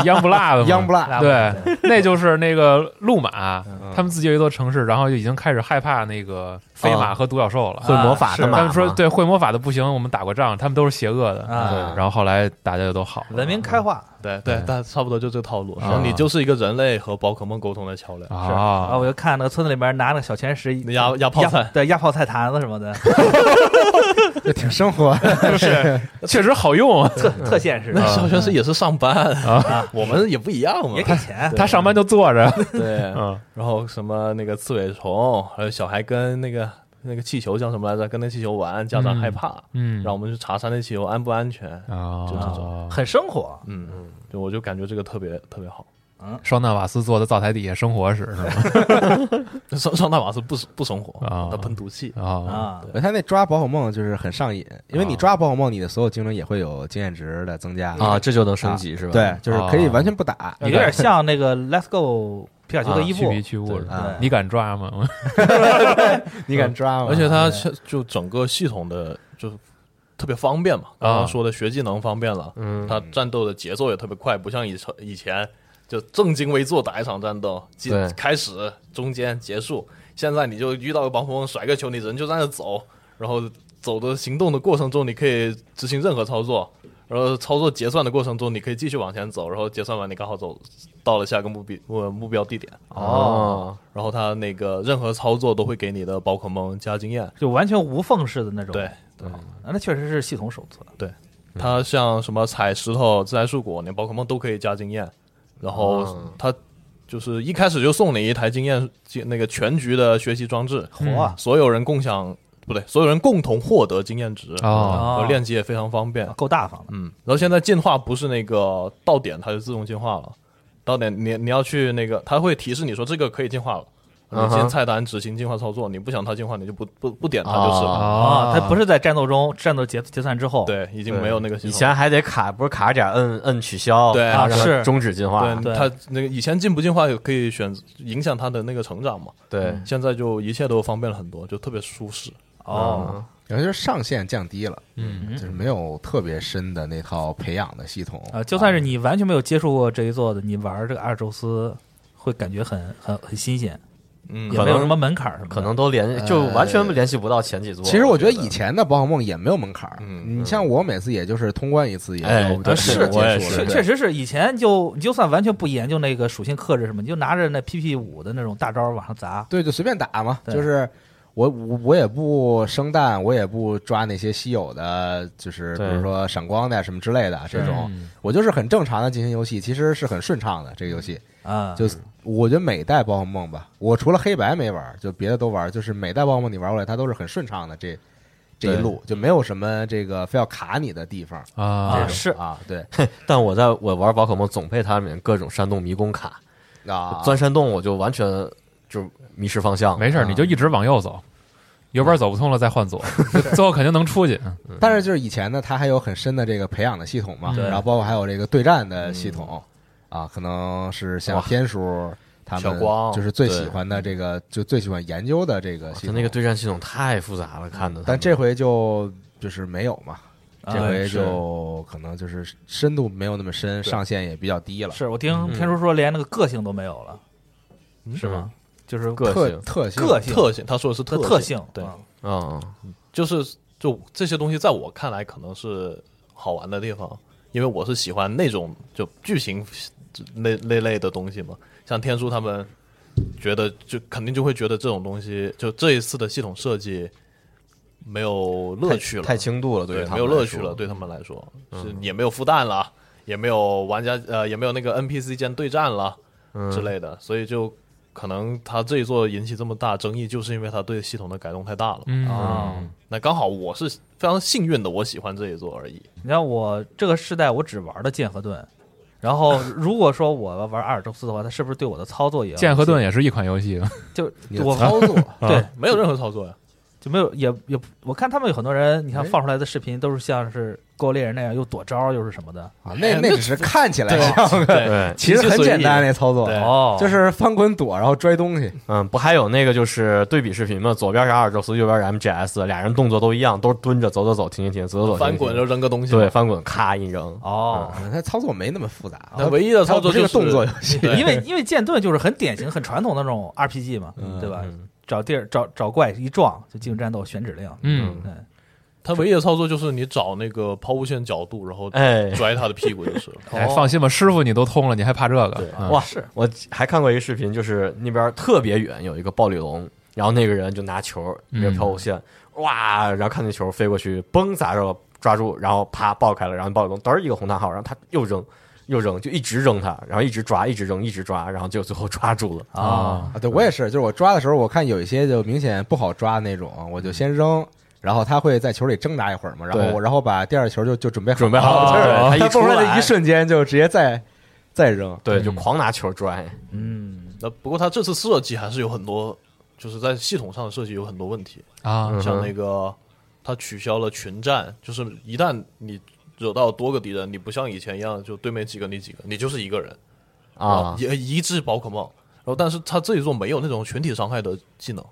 央不辣的 [LAUGHS] 吗？
央不辣
对，嗯那就是那个路马，他们自己有一座城市，然后就已经开始害怕那个飞马和独角兽了。啊
会魔
啊
法的
他
嘛？
们说对会魔法的不行，我们打过仗，他们都是邪恶的。
啊
然后后来大家就都好了
文明开化
对对，但差不多就这个套路。
啊
然后你就是一个人类和宝可梦沟通的桥梁。
然后
啊。
我就看那个村子里边拿那个小钱石
压压泡菜，
对，压泡菜坛子什
[LAUGHS]
么的，
这挺生活。
确实好用，啊
特特现实
嗯那， [LAUGHS] 小学生也是上班 [LAUGHS] 啊，我们也不一样嘛
也。给
[LAUGHS]
钱，
[LAUGHS] 他上班就坐着，
对，
[LAUGHS] 嗯，
然后什么那个刺猬虫，还有小孩跟那个那个气球叫什么来着？跟那气球玩，家长害怕，
嗯
让我们去查查那气球安不安全。
啊，
就这种
很生活。
嗯嗯，就我就感觉这个特别特别好。
双纳瓦斯坐在灶台底下生活史是吗？
上上大马是不不生活
啊
他喷毒气。
啊，
啊，
他那抓宝可梦就是很上瘾，因为你抓宝可梦，你的所有技能也会有经验值的增加
啊，，这就能升级是吧？
对，就是哦可以完全不打。
有点像那个 Let's Go 皮卡丘的衣
啊去
服
皮去物是吧
嗯
啊
你敢抓吗？
你敢抓
啊
吗？
而且
哎
它是就整个系统的就是特别方便嘛，刚刚说的学技能方便了，嗯，它战斗的节奏也特别快，不像以前以前就正襟危坐打一场战斗，进
对
开始、中间、结束，现在你就遇到个防风甩个球，你人就在那走，然后走的行动的过程中，你可以执行任何操作。然后操作结算的过程中，你可以继续往前走，然后结算完你刚好走到了下一个目标目目标地点，
哦，
然后它那个任何操作都会给你的宝可梦加经验，
就完全无缝式的那种。
对
啊，，那确实是系统手册。
它像什么采石头、自然树果，连宝可梦都可以加经验。然后它就是一开始就送你一台经验那个全局的学习装置，
嚯啊
所有人共享不对，所有人共同获得经验值，
哦
然后练级也非常方便。
够大方的。
嗯，然后现在进化不是那个到点它就自动进化了，到点你你要去那个，它会提示你说这个可以进化了。你进菜单执行进化操作，你不想它进化，你就不不不点它就是了。
哦
啊它不是在战斗中，战斗结结算之后，
对，已经没有那个系
以
统了。
前还得卡，不是卡着点摁摁取消，
对
然后让它
是
终止进化，啊
对
对
他那个以前进不进化也可以选择影响他的那个成长嘛，
对，
现在就一切都方便了很多，就特别舒适。
哦，
然后就是上限降低了，
嗯，
就是没有特别深的那套培养的系统
啊，就算是你完全没有接触过这一座的，你玩这个阿尔宙斯会感觉很很很新鲜，
嗯
也
可
没有
能
什么门槛儿什么的，
可能都联就完全联系不到前几座。
其实我觉得以前的宝可梦也没有门槛儿，
嗯
你像我每次也就是通关一次，也
哎
就
对
就是
我也
结束
是
了
确
对。
确实是以前就你就算完全不研究那个属性克制什么，你就拿着那 PP 五的那种大招往上砸，
对，就随便打嘛，
对
就是我我我也不生蛋，我也不抓那些稀有的，就是比
对
如说闪光的什么之类的这种，
嗯
我就是很正常的进行游戏，其实是很顺畅的这个游戏。
啊，
就是我觉得每代宝可梦吧，我除了黑白没玩儿，就别的都玩儿，就是每代宝可梦你玩过来，它都是很顺畅的这这一
对
路，就没有什么这个非要卡你的地方。
啊
啊，
这种
是
啊，对
但我在我玩宝可梦总配它里面各种山洞迷宫卡，
啊，
钻山洞我就完全就迷失方向。
没事儿，你就一直往右走，右边走不通了再
[LAUGHS]
换左，最后肯定能出去。
但是就是以前呢，它还有很深的这个培养的系统嘛，
对
然后包括还有这个对战的系统、啊，可能是像天叔他
小
们
光
就是最
对
喜欢的这个，就最喜欢研究的这个系
它
统。
那个对战系统太复杂了，看的。
但这回就就是没有嘛，
啊
这回
是
就可能就是深度没有那么深，上限也比较低了，
是我听天叔说连那个个性都没有了，是吗？就是
个
特
性，
特性
个性
特性，他说的是
的
特
特
性
性，
对，
啊
嗯，
就是就这些东西在我看来可能是好玩的地方，因为我是喜欢那种就剧情类类类的东西嘛，像天书他们觉得就肯定就会觉得这种东西就这一次的系统设计没有乐趣了，
太轻度了，对于他
没
们
有
来
乐趣
说
了，对他们来说是也没有孵蛋了，也没有玩家呃也没有那个 NPC 间对战了之类的，所以就可能他这一座引起这么大争议，就是因为他对系统的改动太大了。
嗯，
啊
那刚好我是非常幸运的，我喜欢这一座而已。
你看我这个世代，我只玩的剑和盾。然后，如果说我玩阿尔宙斯的话，它是不是对我的操作也要
剑和盾也是一款游戏，
就
你的
我
操作
对
没有任何操作呀，
就没有也也不，我看他们有很多人，你看
哎
放出来的视频都是像是勾猎人那样，又躲招又是什么的，
啊，那那只是看起来
对
像个，[LAUGHS]
对，
其实很简单那操作，
对
哦，
就是翻滚躲，然后拽东西。
嗯，不还有那个就是对比视频嘛，左边是阿尔宙斯，右边是 MGS，俩人动作都一样，都是蹲着走走走，停停停，走走走，
翻滚
停
就扔个东
停
西。
停，对，，翻滚，咔一扔。
哦，
它操作啊没那么复杂，
那唯一的
它
操
不
作
是
就
个
是
动作游戏。
对
因为因为剑盾就是很典型、很传统的那种 RPG 嘛，
嗯
对吧？
嗯
找地儿找找怪一撞就进入战斗，选指令，
嗯，
对，
他唯一的操作就是你找那个抛物线角度，然后
哎，
拽他的屁股就是了。
哎，放心吧，师傅你都通了，你还怕这
对
个？嗯
哇，是我还看过一个视频，就是那边特别远有一个暴力龙，然后那个人就拿球
嗯
一个抛物线，哇，然后看那球飞过去，嘣砸着抓住，然后啪爆开了，然后暴力龙嘚儿一个红叹号，然后他又扔又扔，就一直扔他，然后一直抓，一直扔，一直抓，然后就最后抓住了。
啊，
啊，对我也是，就是我抓的时候，我看有一些就明显不好抓那种，我就先扔，然后它会在球里挣扎一会儿嘛，然后
对
我然后把第二球就就准备好，
准备好了
就
哦
是
它
它
一
蹦出来
出
的
来
一瞬间就直接再再扔，
对，
嗯
就狂拿球拽，
嗯，
那不过他这次设计还是有很多，就是在系统上的设计有很多问题，
啊，
嗯
像那个他取消了群战，就是一旦你惹到多个敌人，你不像以前一样就对面几个你几个，你就是一个人
啊
也一致宝可梦。然后，但是他这一座没有那种群体伤害的技能，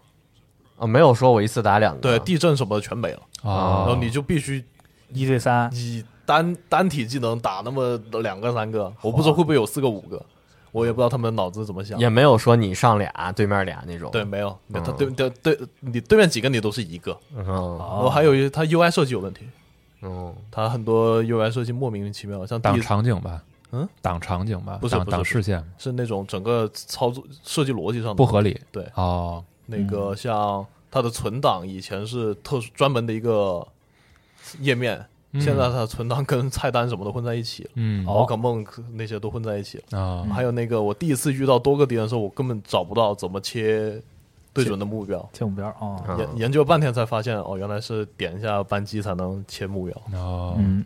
啊，没有说我一次打两个，
对地震什么的全没了，然后
啊，
你就必须
一对三，
以单单体技能打那么两个三个，我不知道会不会有四个五个，我也不知道他们脑子怎么想。
也没有说你上俩对面俩那种，
对，没有，没有他
嗯
对对对，你对面几个你都是一个。
嗯
然后
哦
还有一，他 UI 设计有问题，
嗯，
他很多 UI 设计莫名其妙，像
挡
第
场景吧，
嗯，
挡场景吧，
不是
挡
不是
挡
不是嗯
视线
是那种整个操作设计逻辑上的
不合理。
对
哦，
那个像它的存档以前是特殊专门的一个页面，
嗯
现在它的存档跟菜单什么都混在一起了，
嗯
宝可梦那些都混在一起了。
啊，
还有那个，我第一次遇到多个敌人的时候，我根本找不到怎么切对准的目标，
切目标哦，
嗯
啊
研研究半天才发现，哦，原来是点一下扳机才能切目标。
哦，
嗯，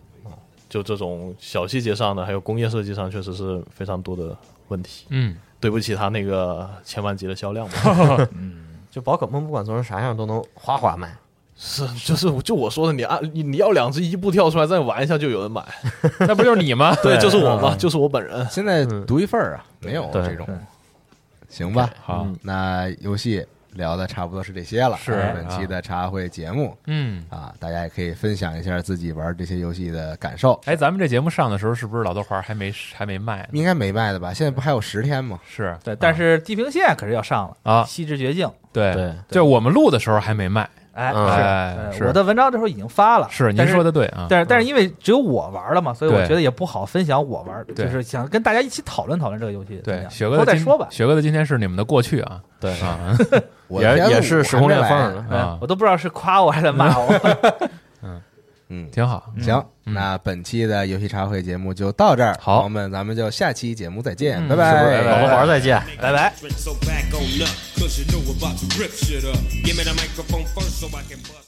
就这种小细节上的，还有工业设计上，确实是非常多的问题。
嗯，
对不起，它那个千万级的销量吧，
就宝可梦不管做成啥样都能哗哗卖，
是就是就我说的，你按你你要两只一步跳出来再玩一下就有人买，
那不就是你吗？
对，就是我嘛，就是我本人。
现在
嗯
独一份儿啊，没有
对
这种
对，
行吧？
[LAUGHS] 好，
那游戏聊的差不多是这些了，
是
啊本期的茶话会节目
嗯，
啊，大家也可以分享一下自己玩这些游戏的感受，
哎，咱们这节目上的时候，是不是老豆花还没还没卖呢？
应该没卖的吧？现在不还有十天吗？
是，
对，但是地平线可是要上了
啊
西之绝境，
对
对，
就是我们录的时候还没卖，
哎，
嗯
哎是
是对，我的文章这时候已经发了，
是您
但是
说的对啊，
但是但是因为只有我玩了嘛，所以我
对
觉得也不好分享我玩，
对
就是想跟大家一起讨论讨论这个游戏。怎么
对
样
雪
以
哥
后
的
再
今
说吧。
雪哥的今天是你们的过去啊，
对
啊
我
也
的天
也
我
是时
还
空
没
裂
来
缝
呢。
呢，
哎
啊
我，都不知道是夸我还是骂
[LAUGHS]
我。
嗯，
挺好，
行，
嗯
那本期的游戏茶话会节目就到这儿，
好
朋友们，咱们就下期节目再见，
嗯
拜
是不是？
拜
老婆环再见。
拜拜。
So back on up.
Cause you know we're about to rip shit up.
Give me the microphone first so I can bust.